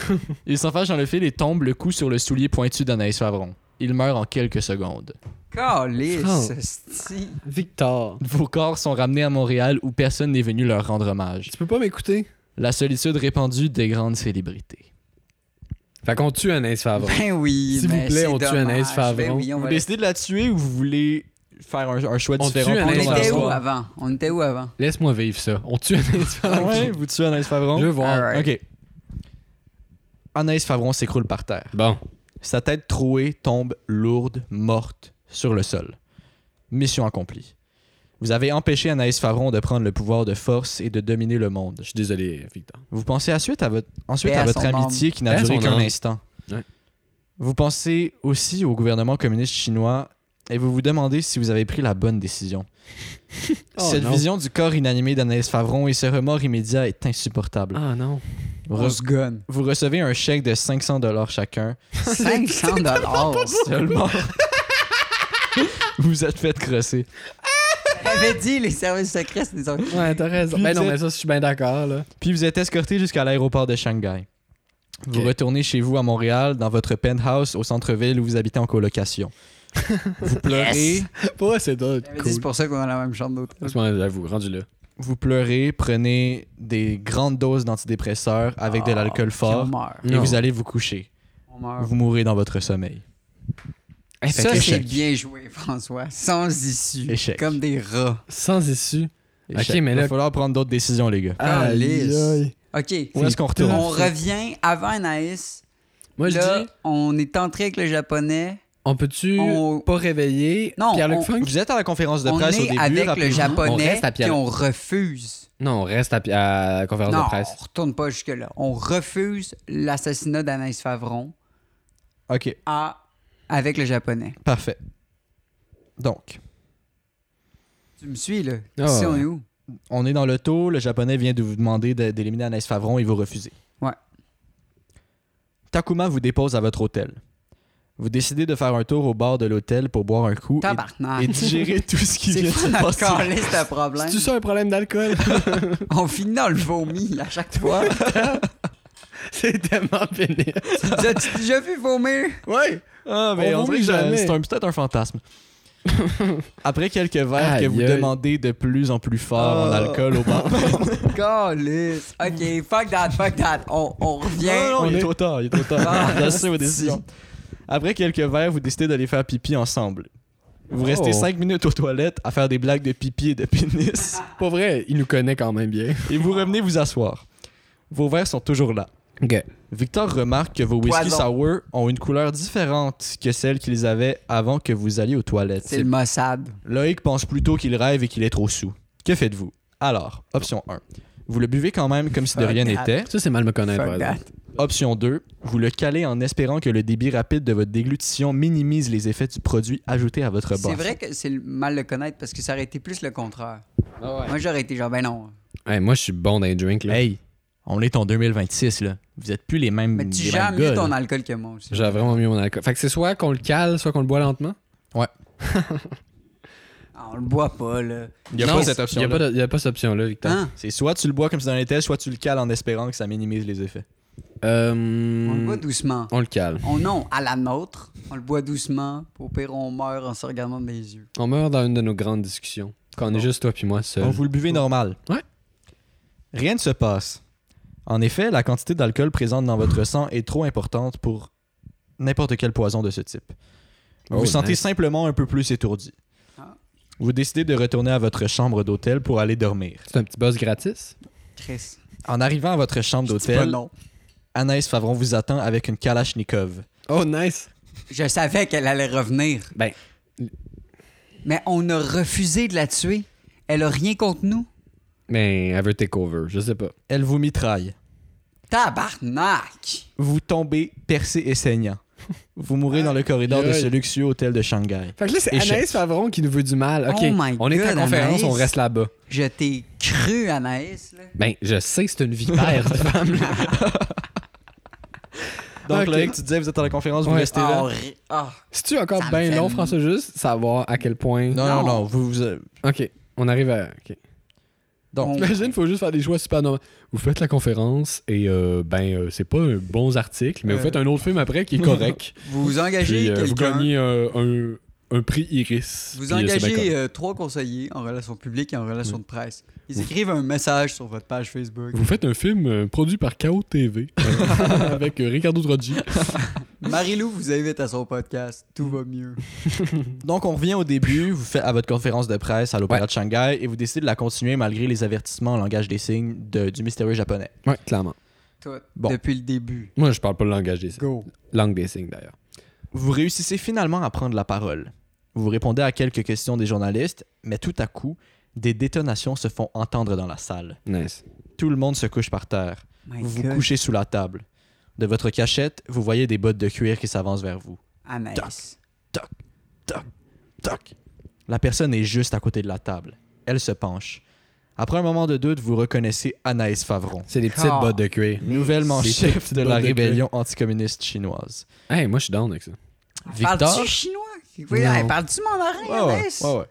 S3: Il s'enfarge dans le fil et tombe le coup sur le soulier pointu d'Anaïs Favron. Il meurt en quelques secondes.
S1: France.
S2: Calice, sti.
S1: Victor.
S3: Vos corps sont ramenés à Montréal où personne n'est venu leur rendre hommage.
S1: Tu peux pas m'écouter?
S3: La solitude répandue des grandes célébrités.
S1: Fait qu'on tue Anaïs Favre.
S2: Ben oui,
S1: Ah S'il vous
S2: mais
S1: plaît,
S2: c'est
S1: on tue Anaïs
S2: dommage.
S1: Favron.
S2: Ben oui, on
S3: Vous
S2: va-
S3: décidez de la tuer ou vous voulez faire un, un choix
S1: On
S3: différent
S1: tue
S3: pour
S2: On
S1: Anaïs
S3: la
S2: était
S1: Favron.
S2: où
S3: soirée?
S2: avant? On était où avant?
S1: Laisse-moi vivre ça. On tue Anaïs
S3: Ah
S1: Favre.
S3: *laughs* ouais, vous tuez Anaïs Favron.
S1: Je veux voir.
S2: Alright.
S3: Ok. Anaïs Favron s'écroule par terre.
S1: Bon.
S3: Sa tête trouée tombe lourde, morte, sur le sol. Mission accomplie. Vous avez empêché Anaïs Favron de prendre le pouvoir de force et de dominer le monde.
S1: Je suis désolé, Victor.
S3: Vous pensez à suite à votre, ensuite
S2: Paix
S3: à
S2: à
S3: votre
S2: son
S3: amitié qui n'a
S1: Paix à
S3: duré
S1: son
S3: qu'un
S1: âme.
S3: instant.
S1: Ouais.
S3: Vous pensez aussi au gouvernement communiste chinois et vous vous demandez si vous avez pris la bonne décision.
S1: Oh
S3: Cette
S1: non.
S3: vision du corps inanimé d'Anaïs Favron et ce remords immédiat est insupportable.
S1: Ah non.
S3: Vous,
S2: On
S3: re-
S2: se gonne.
S3: *laughs* vous recevez un chèque de 500 dollars chacun
S2: 500 dollars.
S3: seulement. vous vous êtes fait crosser.
S2: avait dit les services secrets, c'est des autres.
S1: Ouais, t'as raison.
S3: Puis
S1: Ben non,
S3: vous
S1: mais ça, je suis bien d'accord, là.
S3: Puis vous êtes escorté jusqu'à l'aéroport de Shanghai. Vous
S1: Ok.
S3: retournez chez vous à Montréal, dans votre penthouse au centre-ville où vous habitez en colocation. vous pleurez,
S1: Pas c'est d'autres.
S2: J'avais dit, C'est pour ça qu'on a la même chambre d'hôtel.
S1: Franchement, j'avoue, rendu là.
S3: vous pleurez, prenez des grandes doses d'antidépresseurs avec de
S2: Ah,
S3: l'alcool
S2: Puis On
S3: fort
S2: meurt.
S3: et
S1: Non.
S3: vous allez vous coucher.
S2: On meurt.
S3: Vous mourrez dans votre sommeil.
S2: Ça, c'est
S3: échec.
S2: bien joué, François. Sans issue.
S3: Échec.
S2: Comme des rats.
S1: Sans issue. Ok,
S3: Échec.
S1: mais
S3: Il va
S1: là-
S3: falloir prendre d'autres décisions, les gars.
S1: Aïe,
S2: Calice.
S1: aïe.
S2: OK.
S3: Où est-ce qu'on retourne
S2: On revient avant Anaïs.
S1: Moi, je
S2: Là,
S1: dis,
S2: on est entré avec le japonais.
S1: on peut-tu
S2: on-
S1: pas réveiller
S2: Non,
S1: Pierre-Luc
S2: on-
S1: Funk?
S3: Vous êtes à la conférence de
S2: On
S3: presse au
S2: est
S3: début.
S2: avec le
S3: rappelez-vous.
S1: On
S2: japonais
S1: reste à
S2: puis
S1: Pierre-
S2: on refuse.
S1: Non, on reste à, pi- à la conférence
S2: non,
S1: de presse.
S2: on retourne pas jusque-là. On refuse l'assassinat d'Anaïs Favron
S3: Ok,
S2: à... avec le japonais.
S3: parfait. Donc,
S2: Tu me suis, là?
S1: Ah,
S2: Ici, on
S1: ouais. *laughs*
S2: est où?
S3: on est dans l'auto, le japonais vient de vous demander de- d'éliminer Anaïs Favron et vous refusez.
S2: Ouais.
S3: Takuma vous dépose à votre hôtel. Vous décidez de faire un tour au bar de l'hôtel pour boire un coup et,
S2: Tabarnak.
S3: et digérer tout ce
S2: *laughs*
S3: qui
S2: C'est
S3: vient de
S2: quoi
S3: se
S2: notre
S3: passer.
S2: calice de problème?
S1: C'est-tu ça un problème d'alcool?
S2: On finit dans le vomi à chaque fois.
S1: *laughs* c'est tellement pénible.
S2: As-tu déjà vu vomir?
S1: Ouais!
S3: Ah, mais
S1: On
S3: on,
S1: vomit
S3: dirait que
S1: jamais.
S3: j'ai- c'est un- peut-être un fantasme. Après quelques verres que
S1: Aïe,
S3: vous
S1: aïe.
S3: demandez de plus en plus fort en
S1: Ah.
S3: alcool au bar.
S2: Calice. OK, fuck that, fuck that. On, on revient.
S3: Non, non,
S1: on
S3: il est
S1: est-
S3: trop tard, il est trop
S1: *laughs*
S2: Ah,
S3: tard. Vous restez vos
S2: si.
S3: décisions. Après quelques verres, vous décidez d'aller faire pipi ensemble. Vous restez
S1: Oh.
S3: 5 minutes aux toilettes à faire des blagues de pipi et de pénis.
S1: Pas vrai, il nous connaît quand même bien.
S3: et vous revenez vous asseoir. Vos verres sont toujours là.
S1: Ok.
S3: Victor remarque que vos whisky
S2: Poison.
S3: sour ont une couleur différente que celle qu'ils avaient avant que vous alliez aux toilettes.
S2: C'est le Mossad.
S3: Loïc pense plutôt qu'il rêve et qu'il est trop sous. Que faites-vous Alors, option 1. Vous le buvez quand même comme si de
S2: Fuck
S3: rien
S2: that.
S3: n'était.
S1: Ça, c'est mal me connaître, par
S2: Fuck that.
S1: exemple.
S3: Option 2, vous le calez en espérant que le débit rapide de votre déglutition minimise les effets du produit ajouté à votre boisson.
S2: C'est vrai que c'est le- mal le connaître parce que ça aurait été plus le contraire.
S1: Ah ouais.
S2: Moi, j'aurais été genre, ben non.
S1: Hey, moi, je suis bon dans les drinks, là.
S3: Hey, On est en 2026, là. Vous êtes plus les
S1: Mm,
S3: mêmes.
S2: Mais tu
S3: les
S2: gères
S3: mêmes
S2: mieux
S3: gars,
S2: ton
S3: là.
S2: alcool que moi aussi.
S1: J'avais vraiment mieux mon alcool. Fait que c'est soit qu'on le cale, soit qu'on le boit lentement.
S2: Ah, on le boit pas, là.
S3: Il y a
S1: Non,
S3: pas cette
S1: Il n'y a,
S3: option.
S1: pas Ah. de- il y a pas cette option-là, Victor.
S2: Hein?
S3: C'est soit tu le bois comme si dans les tests, soit tu le cales en espérant que ça minimise les effets.
S1: Euh,
S2: On le boit doucement.
S1: on le cale.
S2: On non, à la nôtre. On le boit doucement. Au pire, on meurt en se regardant dans les yeux.
S1: On meurt dans une de nos grandes discussions. Quand on est
S2: Bon.
S1: juste toi puis moi seul.
S3: Donc vous le buvez normal.
S1: Ouais.
S3: Rien ne se passe. En effet, la quantité d'alcool présente dans votre sang est trop importante pour n'importe quel poison de ce type. Vous
S1: Oh,
S3: vous sentez
S1: nice.
S3: simplement un peu plus étourdi.
S2: Ah.
S3: Vous décidez de retourner à votre chambre d'hôtel pour aller dormir.
S1: C'est un petit buzz gratis.
S2: Chris.
S3: En arrivant à votre chambre
S2: je dis pas
S3: d'hôtel,
S2: non.
S3: Anaïs Favron vous attend avec une Kalachnikov.
S1: Oh, nice.
S2: Je savais qu'elle allait revenir.
S1: Ben.
S2: Mais on a refusé de la tuer. Elle a rien contre nous.
S1: Mais elle veut take over. Je sais pas.
S3: Elle vous mitraille.
S2: Tabarnak!
S3: Vous tombez percé et saignant. Vous mourrez dans le corridor de
S1: aïe.
S3: ce luxueux hôtel de Shanghai.
S1: Fait que là, c'est
S3: Échec.
S1: Anaïs Favron qui nous veut du mal. OK.
S2: Oh my
S1: on est
S2: God,
S1: à conférence,
S2: Anaïs.
S1: on reste là-bas.
S2: Je t'ai cru, Anaïs, là.
S1: Ben, je sais, c'est une *laughs* vipère, cette femme.
S3: Donc,
S1: Ok.
S3: Loïc, tu disais, vous êtes à la conférence, vous
S1: Ouais.
S3: restez
S2: Ah,
S3: là.
S2: on ri- ah.
S1: C'est-tu encore
S2: Ça me
S1: bien
S2: fait
S1: long,
S2: m-
S1: François, juste savoir à quel point.
S3: Non, non,
S2: Non.
S3: non. Vous, vous, euh,
S1: OK. On arrive à. OK.
S3: donc,
S2: On-
S1: Imagine, il faut juste faire des choix super normaux. Vous faites la conférence et, euh, ben, euh, c'est pas un bon article, mais
S3: Euh.
S1: vous faites un autre film après qui est
S2: *laughs*
S1: correct.
S2: Vous vous engagez
S1: puis euh, vous
S2: quelqu'un.
S1: gagnez euh, un, un prix Iris.
S2: Vous
S1: puis, euh, c'est bien correct.
S2: engagez euh, trois conseillers en relations publiques et en relations de presse. Ils écrivent un message sur votre page Facebook.
S1: Vous faites un film euh, produit par KO
S2: *laughs*
S1: TV euh, avec euh, Ricardo Troggi.
S2: Marilou vous invite à son podcast. Tout va mieux.
S3: donc, on revient au début. Vous faites à votre conférence de presse à l'Opéra
S1: Ouais.
S3: de Shanghai et vous décidez de la continuer malgré les avertissements en langage des signes de- du mystérieux japonais.
S1: Ouais, clairement.
S2: Toi,
S3: Bon.
S2: depuis le début.
S1: Moi, je parle pas le langage des signes.
S2: Go.
S1: Langue des signes, d'ailleurs.
S3: Vous réussissez finalement à prendre la parole. Vous répondez à quelques questions des journalistes, mais tout à coup, des détonations se font entendre dans la salle.
S1: Nice.
S3: Tout le monde se couche par terre.
S2: My
S3: Vous vous
S2: God.
S3: couchez sous la table. De votre cachette, vous voyez des bottes de cuir qui s'avancent vers vous.
S2: Anaïs.
S3: Toc. La personne est juste à côté de la table. Elle se penche. Après un moment de doute, vous reconnaissez Anaïs Favron,
S1: C'est des petites
S2: Ah.
S1: bottes de cuir.
S3: nouvellement
S1: C'est
S3: chef
S1: petite
S3: de
S1: botte
S3: la
S1: de cuir.
S3: rébellion anticommuniste chinoise.
S1: Hey, moi, je suis down avec ça.
S2: Parles-tu chinois? Oui,
S1: Non.
S2: hey, Parles-tu mandarin,
S3: Ouais, Ah ouais,
S2: Anaïs?
S3: ouais, ouais.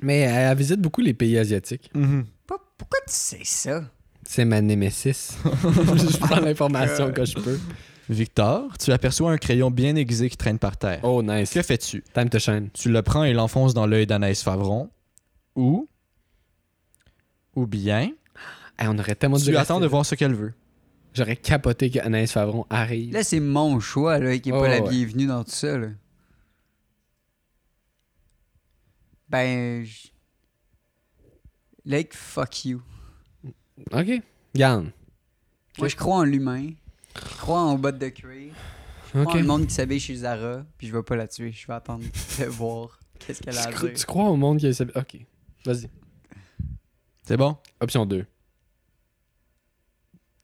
S1: Mais euh, elle visite beaucoup les pays asiatiques.
S2: Pas- Pourquoi tu sais ça?
S1: C'est ma némésis.
S3: *laughs*
S1: je
S3: Euh,
S1: prends l'information que je peux.
S3: Victor, tu aperçois un crayon bien aiguisé qui traîne par terre.
S1: Oh, nice.
S3: Que fais-tu
S1: Time to shine.
S3: Tu le prends et l'enfonces dans l'œil d'Anaïs Favron ou ou bien
S1: Hey, on aurait tellement dû
S3: tu attends
S1: rester
S3: de
S1: là.
S3: voir ce qu'elle veut.
S1: J'aurais capoté qu'Anaïs Favron arrive.
S2: Là, c'est mon choix là, qui est
S1: Oh,
S2: pas la
S1: ouais.
S2: bienvenue dans tout ça. Là. Ben. j- Like, fuck you.
S1: OK. Garde.
S2: Moi, je crois en l'humain. Je crois en bottes de cuir. Je crois
S1: OK.
S2: en le monde qui s'habille chez Zara. Puis je vais pas la tuer. Je vais attendre *laughs* de voir qu'est-ce qu'elle a
S1: Tu,
S2: à
S1: cro-
S2: dire.
S1: tu crois au monde qui a... OK. Vas-y.
S3: C'est bon
S1: Option 2.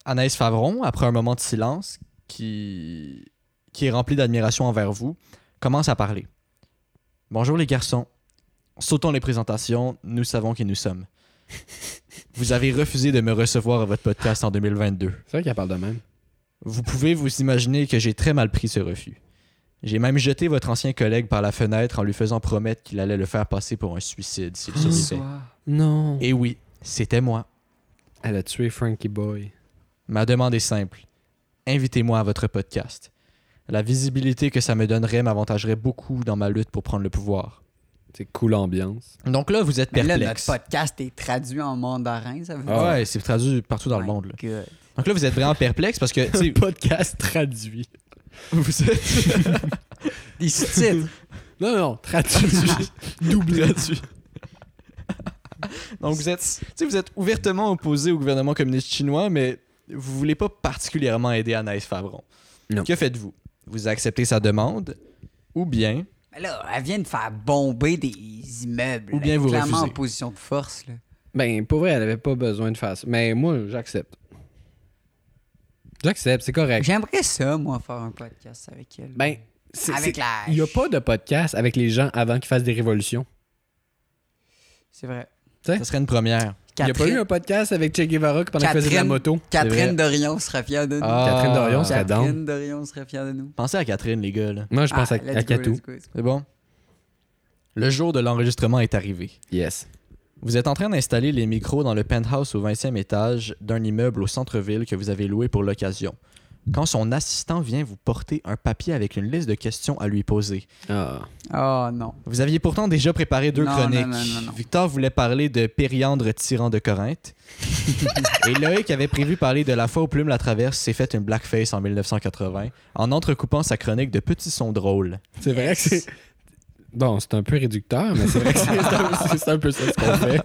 S3: Anaïs Favron, après un moment de silence qui, qui est rempli d'admiration envers vous, commence à parler. Bonjour les garçons. Sautons les présentations, nous savons qui nous sommes. Vous avez refusé de me recevoir à votre podcast en 2022.
S1: C'est vrai qu'elle parle de même.
S3: Vous pouvez vous imaginer que j'ai très mal pris ce refus. J'ai même jeté votre ancien collègue par la fenêtre en lui faisant promettre qu'il allait le faire passer pour un suicide
S2: Oh,
S3: s'il survivait.
S2: Bonsoir.
S1: Non.
S3: Et oui, c'était moi.
S1: Elle a tué Frankie Boy.
S3: Ma demande est simple. Invitez-moi à votre podcast. La visibilité que ça me donnerait m'avantagerait beaucoup dans ma lutte pour prendre le pouvoir.
S1: C'est cool
S3: *laughs*
S1: ambiance.
S3: Donc là, vous êtes
S2: Mais là,
S3: perplexe.
S2: notre podcast est traduit en mandarin. Ça veut dire. Oh
S1: Ah
S3: Ouais, c'est traduit partout dans le
S2: My
S3: monde. là.
S2: God.
S3: Donc là, vous êtes vraiment perplexe parce que,
S1: *laughs*
S3: tu sais,
S1: podcast traduit.
S3: vous êtes
S2: Des sous-titres. *laughs*
S1: Non, non,
S3: *laughs*
S1: traduit.
S3: double traduit. *laughs* Donc vous êtes, tu sais, vous êtes ouvertement opposé au gouvernement communiste chinois, mais vous voulez pas particulièrement aider Anaïs Favron.
S1: Non.
S3: Que faites-vous Vous acceptez sa demande ou bien
S2: Mais là, elle vient de faire bomber des immeubles.
S3: Ou
S2: là.
S3: bien vous
S2: Clairement
S3: refusez.
S2: en position de force. Là.
S1: ben, pour vrai, elle avait pas besoin de faire ça. Mais moi, j'accepte. J'accepte, c'est correct.
S2: J'aimerais ça, moi, faire un podcast avec elle.
S1: Ben, c'est-
S2: Avec
S1: c'est-
S2: la-
S1: Il n'y a pas de podcast avec les gens avant qu'ils fassent des révolutions.
S2: C'est vrai.
S3: ça serait une première
S1: Il n'y a pas eu
S2: Catherine,
S1: un podcast avec Che Guevara qui pendant qu'il faisait de la
S2: Catherine-
S1: moto.
S2: Catherine Dorion serait fière de nous.
S3: Ah,
S1: Catherine Dorion
S3: on
S1: serait down.
S2: Catherine Dorion serait fière de nous.
S3: Pensez à Catherine, les gars. là.
S1: Moi, je pense
S2: Ah,
S1: à,
S2: let's
S1: à
S2: go,
S1: Catou.
S2: let's go, let's go.
S3: C'est bon? Le jour de l'enregistrement est arrivé.
S1: Yes.
S3: Vous êtes en train d'installer les micros dans le penthouse au 20e étage d'un immeuble au centre-ville que vous avez loué pour l'occasion. Quand son assistant vient vous porter un papier avec une liste de questions à lui poser.
S1: Ah.
S2: Oh non.
S3: Vous aviez pourtant déjà préparé deux
S2: Non,
S3: chroniques.
S2: non, non, non, non.
S3: Victor voulait parler de Périandre tyran
S2: *laughs*
S3: de Corinthe. Et Loïc avait prévu parler de la fois où Plume la traverse s'est fait une blackface en 1980 en entrecoupant sa chronique de petits sons drôles.
S1: C'est vrai que c'est. Bon, c'est un peu réducteur, mais c'est vrai que c'est c'est un, c'est un peu ça ce qu'on fait.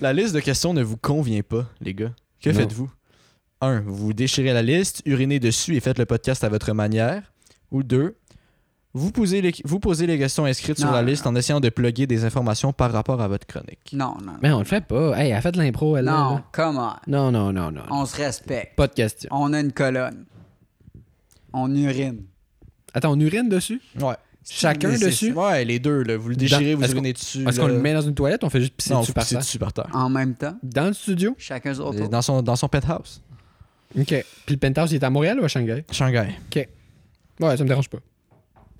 S3: La liste de questions ne vous convient pas, les gars. Que
S1: Non.
S3: faites-vous? 1. Vous déchirez la liste, urinez dessus et faites le podcast à votre manière. Ou 2. Vous posez les, vous posez les questions inscrites sur
S2: Non,
S3: la
S2: non,
S3: liste en essayant de plugger des informations par rapport à votre chronique.
S2: Non, non.
S1: *laughs* Mais on le fait pas. Hey, elle fait de l'impro, elle.
S2: Non,
S1: là.
S2: come on.
S1: Non, non, non, non.
S2: On se respecte.
S1: Pas de question.
S2: On a une colonne. On urine.
S1: Attends, on urine dessus
S3: Ouais.
S1: Chacun
S3: Mais c'est-
S1: dessus?
S3: Ouais, les deux, là. Vous le déchirez,
S1: Dans-
S3: vous
S1: est-ce qu'on-
S3: urinez dessus.
S1: Est-ce qu'on
S3: là.
S1: le met dans une toilette On fait juste pisser
S3: non,
S1: dessus
S3: vous
S1: par
S3: pissez
S1: ça.
S3: dessus par terre.
S2: En même temps,
S1: Dans le studio
S2: chacun sur
S3: Euh,
S2: tour.
S3: Dans son, dans son penthouse.
S1: Ok. Puis le penthouse, il est à Montréal ou à Shanghai
S3: Shanghai.
S1: Ouais, ça me dérange pas.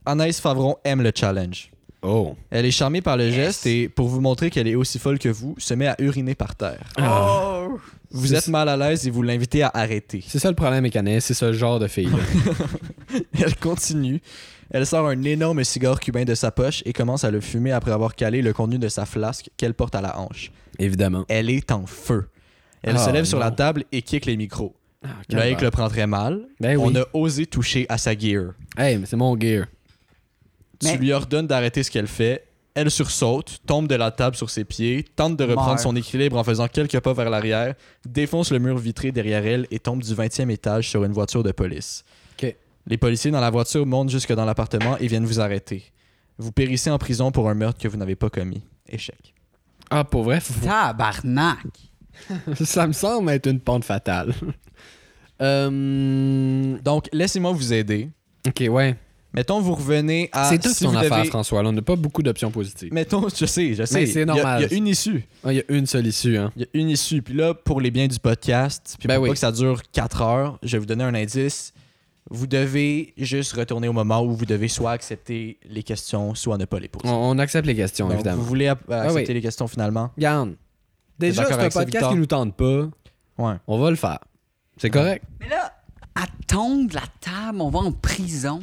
S3: Anaïs Favron aime le challenge.
S1: Oh.
S3: Elle est charmée par le geste et, pour vous montrer qu'elle est aussi folle que vous, se met à uriner par terre.
S2: Oh!
S3: Vous êtes mal à l'aise et vous l'invitez à arrêter. *laughs*
S1: C'est ça le problème mécanique, c'est ce genre de fille.
S3: Elle continue. Elle sort un énorme cigare cubain de sa poche et commence à le fumer après avoir calé le contenu de sa flasque qu'elle porte à la hanche.
S1: Évidemment.
S3: Elle est en feu. Elle
S1: Ah,
S3: se lève sur
S1: non.
S3: la table et kick les micros.
S1: Ah,
S3: Loïc Ben, le prend très mal.
S1: Ben
S3: On
S1: oui.
S3: a osé toucher à sa gear.
S1: Hey, mais c'est mon gear.
S2: Mais-
S3: Tu lui ordonnes d'arrêter ce qu'elle fait. Elle sursaute, tombe de la table sur ses pieds, tente de reprendre
S2: Meurt.
S3: son équilibre en faisant quelques pas vers l'arrière, défonce le mur vitré derrière elle et tombe du 20e étage sur une voiture de police.
S1: Ok.
S3: Les policiers dans la voiture montent jusque dans l'appartement et viennent vous arrêter. Vous périssez en prison pour un meurtre que vous n'avez pas commis. Échec.
S1: Ah, pour vrai, *laughs* faut-
S2: Tabarnak!
S1: ça me semble être une pente
S3: *laughs*
S1: fatale. euh...
S3: Donc, laissez-moi vous aider.
S1: Ok, ouais.
S3: Mettons, vous revenez à...
S1: c'est tout
S3: Ah, si
S1: son
S3: vous
S1: affaire,
S3: devez-
S1: François. là. on n'a pas beaucoup d'options positives.
S3: Mettons, je sais, je sais.
S1: Mais c'est
S3: Il y a-
S1: normal.
S3: Il y a une issue.
S1: Ah, Il y a une seule issue, hein.
S3: Il y a une issue. Puis là, pour les biens du podcast, puis
S1: Ben
S3: pour
S1: oui.
S3: pas que ça dure 4 heures, je vais vous donner un indice. Vous devez juste retourner au moment où vous devez soit accepter les questions, soit ne pas les poser.
S1: On, on accepte les questions,
S3: Donc,
S1: évidemment. Ah
S3: vous voulez ap- accepter
S1: oui.
S3: les questions finalement?
S1: Garde. Déjà,
S3: d'accord
S1: c'est un
S3: avec ça,
S1: podcast
S3: Victor?
S1: qui nous tente pas.
S3: Ouais.
S1: On va le faire. C'est correct.
S2: Mais là, elle tombe de la table, on va en prison.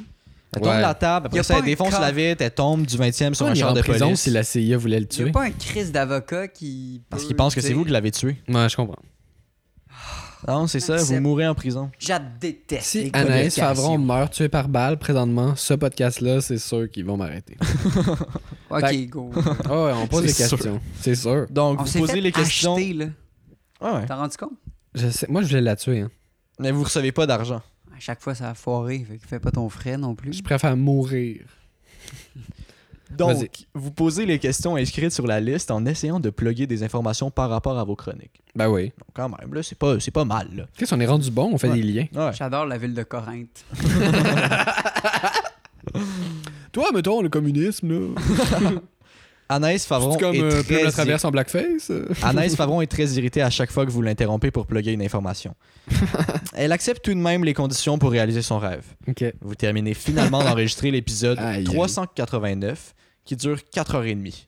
S3: Elle
S1: Ouais.
S3: tombe de la table,
S2: Y
S3: après
S2: a
S3: ça,
S2: pas
S3: elle
S2: un
S3: défonce
S2: cas.
S3: la vitre, elle tombe du 20e sur
S1: on
S3: un
S1: ira
S3: char
S1: en
S3: de
S1: prison
S3: police.
S1: si la CIA voulait le
S2: Il n'y
S1: tuer.
S2: a pas un crise d'avocat qui.
S3: Parce
S2: peut
S3: qu'ils pensent que c'est
S2: dire-
S3: vous qui l'avez tué.
S1: Ouais, je comprends.
S3: Non, c'est ça, vous
S2: Accepte.
S3: mourrez en prison.
S2: Je déteste.
S1: Si
S2: les
S1: Anaïs
S2: communications.
S1: Favron meurt tué par balle présentement, ce podcast-là, c'est sûr qu'ils vont m'arrêter.
S2: Ok, go.
S1: Ah ouais, on pose des
S3: C'est sûr.
S1: questions. C'est sûr.
S3: Donc,
S2: On
S3: vous
S2: s'est
S3: posez
S2: fait
S3: les questions.
S2: acheter, là.
S3: Ouais, ouais.
S2: T'as rendu compte?
S1: Je sais- Moi, je voulais la tuer. hein.
S3: Mais vous recevez pas d'argent.
S2: À chaque fois, ça a foiré. Fait que fais pas ton frais non
S1: Je
S2: plus.
S1: préfère mourir. Vas-y.
S3: Donc, vous posez les questions inscrites sur la liste en essayant de plugger des informations par rapport à vos chroniques.
S1: Ben oui.
S3: Donc, quand même, là, c'est pas, c'est pas mal,
S1: Qu'est-ce qu'on est rendu bon? On fait
S3: Ouais.
S1: des liens.
S3: là.
S2: J'adore la ville de Corinthe.
S1: Toi, mettons, le communisme, là.
S3: Anaïs Favron,
S1: C'est comme
S3: est
S1: euh, Plume
S3: très
S1: la traverse en blackface. euh.
S3: irri- Anaïs Favron est très irritée à chaque fois que vous l'interrompez pour plugger une
S1: *laughs*
S3: information. Elle accepte tout de même les conditions pour réaliser son rêve.
S1: Ok.
S3: Vous terminez finalement
S1: *laughs*
S3: d'enregistrer l'épisode
S1: Aïe, aïe.
S3: 389 qui dure 4h30.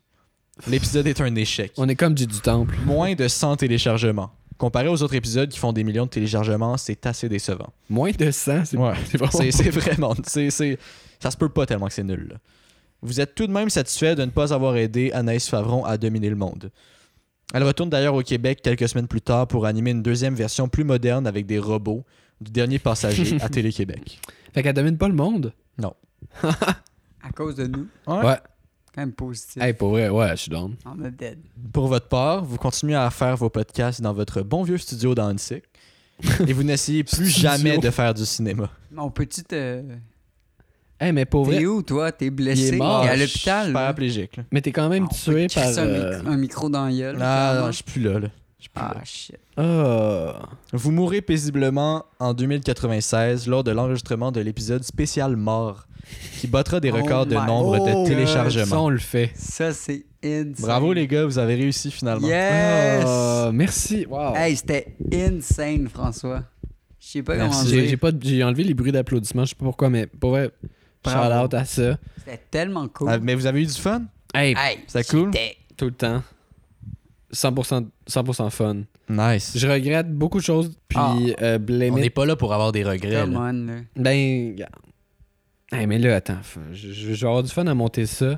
S3: L'épisode est un échec.
S1: On est comme du du temple.
S3: Moins de 100 téléchargements. Comparé aux autres épisodes qui font des millions de téléchargements, c'est assez décevant.
S1: Moins de 100, c'est
S3: Ouais.
S1: *laughs* c'est vraiment...
S3: C'est c'est vraiment. c'est- c'est- ça se peut pas tellement que c'est nul. là. Vous êtes tout de même satisfait de ne pas avoir aidé Anaïs Favron à dominer le monde. Elle retourne d'ailleurs au Québec quelques semaines plus tard pour animer une deuxième version plus moderne avec des robots du dernier passager
S1: *laughs*
S3: à Télé-Québec.
S1: Fait qu'elle domine pas le monde.
S2: À cause de nous.
S3: Ouais.
S1: Ouais.
S2: Quand même positif.
S1: Hey, pour vrai, ouais, je suis down.
S2: On est dead.
S3: Pour votre part, vous continuez à faire vos podcasts dans votre bon vieux studio dans Hunsick et
S1: *laughs*
S3: vous n'essayez plus
S1: Studio.
S3: jamais de faire du cinéma.
S2: Mon petit. te...
S1: Hey, mais pour vrai,
S2: T'es où, toi? T'es blessé?
S1: Il est mort.
S2: T'es à
S1: Je
S2: l'hôpital. hein? là.
S3: Paraplégique. là.
S1: mais t'es quand même
S2: On peut
S1: tué
S2: crisser
S1: par...
S2: un,
S1: euh,
S2: micro, un micro dans la gueule,
S3: Ah,
S2: clairement.
S3: non, je suis plus là. là. Je peux-
S2: hein? Ah, shit.
S1: Ah.
S3: Vous mourrez paisiblement en 2096 lors de l'enregistrement de l'épisode spécial Mort, qui battra des
S2: Oh
S3: records de
S2: my
S3: nombre
S1: Oh,
S3: de
S1: Ça,
S3: téléchargements.
S1: on le fait.
S2: Ça, c'est insane.
S3: Bravo les gars, vous avez réussi finalement.
S2: Yes!
S1: Ah, merci. Wow.
S2: Hey, c'était insane, François. Je sais pas comment
S3: Merci.
S1: J'ai,
S2: dire.
S1: j'ai pas, j'ai enlevé les bruits d'applaudissements, je sais pas pourquoi, mais pour vrai, shout
S2: Bravo.
S1: out à ça.
S2: C'était tellement cool.
S3: Ah, mais vous avez eu du fun?
S1: Hey,
S2: Hey,
S3: c'était cool?
S2: c'était-
S1: tout le temps. 100%, 100% fun.
S3: Nice.
S1: Je regrette beaucoup de choses, puis
S2: Ah.
S1: euh, blâmer-
S3: pas là pour avoir des regrets.
S1: hein?
S2: Come on, là.
S1: Ben, regarde. Hey, mais là, attends, f- je, je- je vais avoir du fun à monter ça.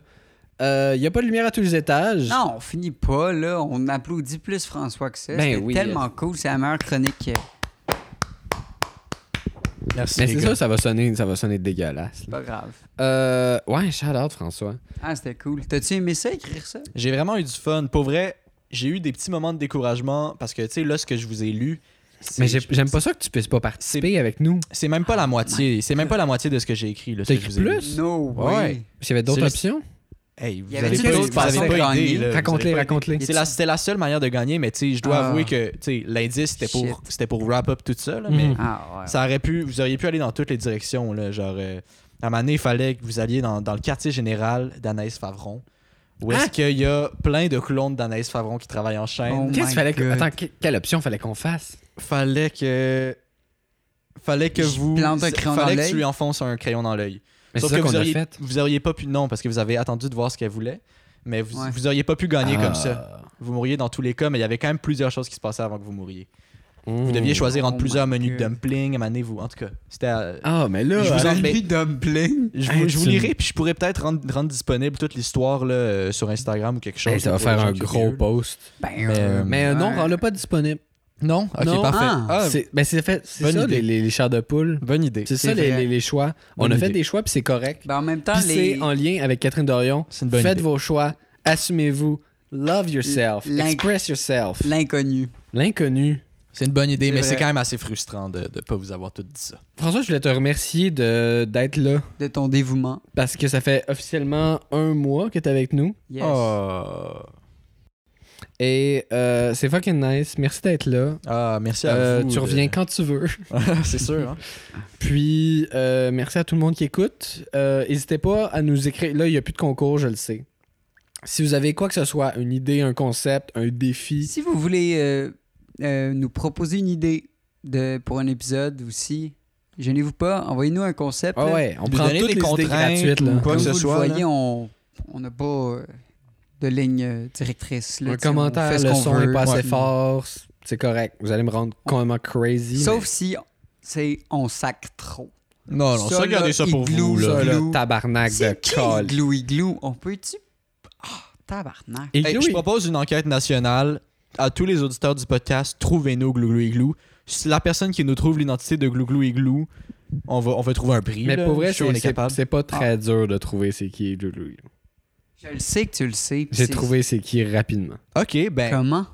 S1: Il n'y a pas de lumière à tous les étages.
S2: Non, on finit pas, là. On applaudit plus François que ça.
S1: Ben
S2: C'était
S1: oui,
S2: tellement cool. C'est la meilleure chronique. euh,
S3: Merci.
S1: Mais
S3: les
S1: c'est
S3: gars.
S1: ça, ça va sonner, ça va sonner dégueulasse. là.
S2: Pas grave.
S1: Euh, ouais, shout out, François.
S2: Ah, c'était cool. T'as-tu aimé ça, écrire ça?
S3: J'ai vraiment eu du fun. Pour vrai, j'ai eu des petits moments de découragement parce que, tu sais, là, ce que je vous ai lu, c'est-
S1: Mais j'ai- j'aime pas ça que tu puisses pas participer avec nous.
S3: C'est même pas la moitié. C'est même pas la moitié de ce que j'ai écrit. Là, ce
S1: T'as
S3: que je
S1: écrit
S3: vous ai lu.
S1: Plus?
S2: No way.
S1: S'il y avait d'autres
S3: C'est juste-
S1: options,
S3: Hey, vous
S2: Y avait-tu
S3: avez pas,
S2: d'autres
S3: vous avez
S2: façons de
S3: pas
S2: gagner?
S3: idée, là. Vous avez
S1: raconte-les,
S3: pas
S1: raconte-les.
S3: C'est la, c'était la seule manière de gagner, mais tu sais, je dois
S2: Ah.
S3: avouer que tu sais, l'indice, c'était pour,
S2: Shit.
S3: c'était pour wrap up tout ça, là, mais
S1: Mhm.
S2: Ah, ouais.
S3: ça aurait pu, vous auriez pu aller dans toutes les directions. Là, genre, euh, à un moment donné, il fallait que vous alliez dans, dans le quartier général d'Anaïs Favron, où est-ce
S2: Hein?
S1: Ah!
S3: qu'il y a plein de clones d'Anaïs Favron qui travaillent en chaîne.
S2: Oh
S1: Qu'est-ce
S2: my
S1: qu'il fallait que...
S2: God.
S1: Attends, que- quelle option fallait qu'on fasse?
S3: Fallait que. Fallait que
S2: Je
S3: vous.
S2: plante un crayon
S3: fallait
S2: dans
S3: que
S2: l'œil.
S3: tu lui enfonces un crayon dans l'œil.
S1: Mais c'est
S3: Sauf
S1: ça
S3: que
S1: qu'on
S3: vous
S1: a
S3: auriez,
S1: fait.
S3: vous auriez pas pu. Non, parce que vous avez attendu de voir ce qu'elle voulait. Mais vous,
S2: Ouais.
S3: vous auriez pas pu gagner comme
S1: Ah.
S3: ça. Vous mourriez dans tous les cas, mais il y avait quand même plusieurs choses qui se passaient avant que vous mouriez. Vous
S1: Mm.
S3: deviez choisir entre
S2: Oh
S3: plusieurs
S2: my
S3: menus de
S2: God.
S3: dumplings, à un moment donné, vous. En tout cas, c'était. euh,
S1: Ah, mais là,
S3: Je vous en-
S1: alors-
S3: mais-
S2: Louis Dumpling.
S3: Je
S1: Hey,
S3: vous, je vous
S1: tu-
S3: lirai, puis je pourrais peut-être rendre, rendre disponible toute l'histoire là, euh, sur Instagram ou quelque chose.
S1: Hey, ça va
S3: pour les
S1: faire
S3: gens
S1: un
S3: curieux,
S1: gros
S3: là.
S1: post.
S2: Ben,
S3: Mais,
S2: euh,
S3: euh,
S1: Mais euh, non,
S2: ouais.
S1: on l'a pas disponible.
S3: Non? Ok,
S1: Non.
S3: parfait.
S2: Ah.
S3: Ah,
S1: c'est ben, c'est fait- c'est
S3: bonne
S1: ça,
S3: idée.
S1: les, les- les chars de poule.
S3: bonne idée.
S1: C'est
S2: C'est
S1: ça, les,
S2: vrai.
S1: les- les choix. on
S3: Bonne
S1: a fait
S3: idée.
S1: des choix, puis c'est correct.
S2: Ben, en même temps,
S1: Puis
S2: les...
S1: c'est en lien avec Catherine Dorion.
S3: C'est une bonne
S1: Faites
S3: idée.
S1: vos choix, assumez-vous, love yourself,
S2: L'in-
S1: express yourself.
S2: l'inconnu.
S1: L'inconnu.
S3: C'est une bonne idée,
S2: C'est
S3: mais
S2: vrai.
S3: c'est quand même assez frustrant de ne pas vous avoir tout dit ça.
S1: François, je voulais te remercier de- d'être là
S2: de ton dévouement.
S1: parce que ça fait officiellement un mois que t'es avec nous
S2: Yes.
S1: Ah.
S3: Oh.
S1: et euh, c'est fucking nice. Merci d'être là.
S3: Ah, merci à
S1: Euh,
S3: vous.
S1: tu
S3: de-
S1: reviens quand tu veux.
S3: *laughs* c'est sûr. hein.
S1: Puis, euh, merci à tout le monde qui écoute. Euh, N'hésitez pas à nous écrire. Là, il n'y a plus de concours, je le sais. Si vous avez quoi que ce soit, une idée, un concept, un défi,
S2: Si vous voulez euh, euh, nous proposer une idée de, pour un épisode aussi, gênez-vous pas, envoyez-nous un concept.
S1: ah
S2: là.
S1: ouais, on
S3: Nous
S1: prend
S3: donner
S1: toutes
S3: des
S1: les idées
S3: contraintes
S1: gratuites.
S3: ou
S1: Là.
S3: quoi
S2: Comme
S3: que ce
S2: vous
S3: soit,
S2: le
S3: là.
S2: voyez, on on n'a pas euh, de ligne euh, directrice. là,
S1: Un
S2: tu sais, on fait
S1: commentaire,
S2: ce
S1: le
S2: qu'on
S1: son n'est
S2: veut.
S1: pas assez
S2: Ouais.
S1: fort, c'est- c'est correct. Vous allez me rendre complètement crazy.
S2: Sauf si c'est on sac trop.
S3: Non, non,
S2: Ça,
S3: ça, regardez
S2: là,
S3: ça pour
S2: igloo,
S3: vous.
S1: mais...
S3: Là.
S1: ça, là,
S2: Glou.
S1: tabarnak de
S2: C'est qui
S1: colle.
S2: Igloo Igloo? On peut-tu... Ah, tabarnak.
S1: Et
S3: Hey,
S1: Glou,
S3: je
S1: il-
S3: propose une enquête nationale à tous les auditeurs du podcast. Trouvez-nous Glouglou Igloo. Si la personne qui nous trouve l'identité de Glouglou Igloo, on va, on va trouver un prix.
S1: Mais
S3: là.
S1: pour
S3: Je
S1: vrai,
S3: suis sûr, on
S1: c'est-
S3: est
S1: c'est
S3: capable. Ah.
S1: c'est pas très dur de trouver c'est qui Glou.
S2: Je le sais que tu le sais. puis
S1: J'ai
S2: c'est-
S1: trouvé c'est qui rapidement.
S3: Ok, ben,
S2: Comment?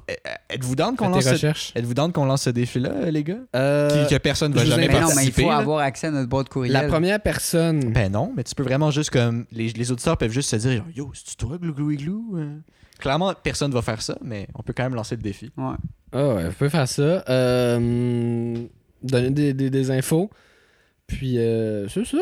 S3: êtes-vous down qu'on
S1: Fais
S3: lance
S1: tes
S3: ce...
S1: recherches.
S3: Êtes-vous down qu'on lance ce défi-là, euh, les gars
S1: Euh,
S3: Qui- Que personne
S1: je
S3: va
S1: vous
S3: jamais
S1: invite-
S2: Mais ben non, mais il
S3: participer.
S2: faut
S3: là.
S2: avoir accès à notre boîte courriel.
S1: la première personne
S3: Ben non, mais tu peux vraiment juste comme. Les, les auditeurs peuvent juste se dire genre, Yo, c'est toi, Glouglou Igloo Euh, Clairement, personne va faire ça, mais on peut quand même lancer le défi.
S2: Ouais.
S1: Ah ouais, vous pouvez faire ça. Euh, donner des, des- des infos. Puis, euh, c'est ça.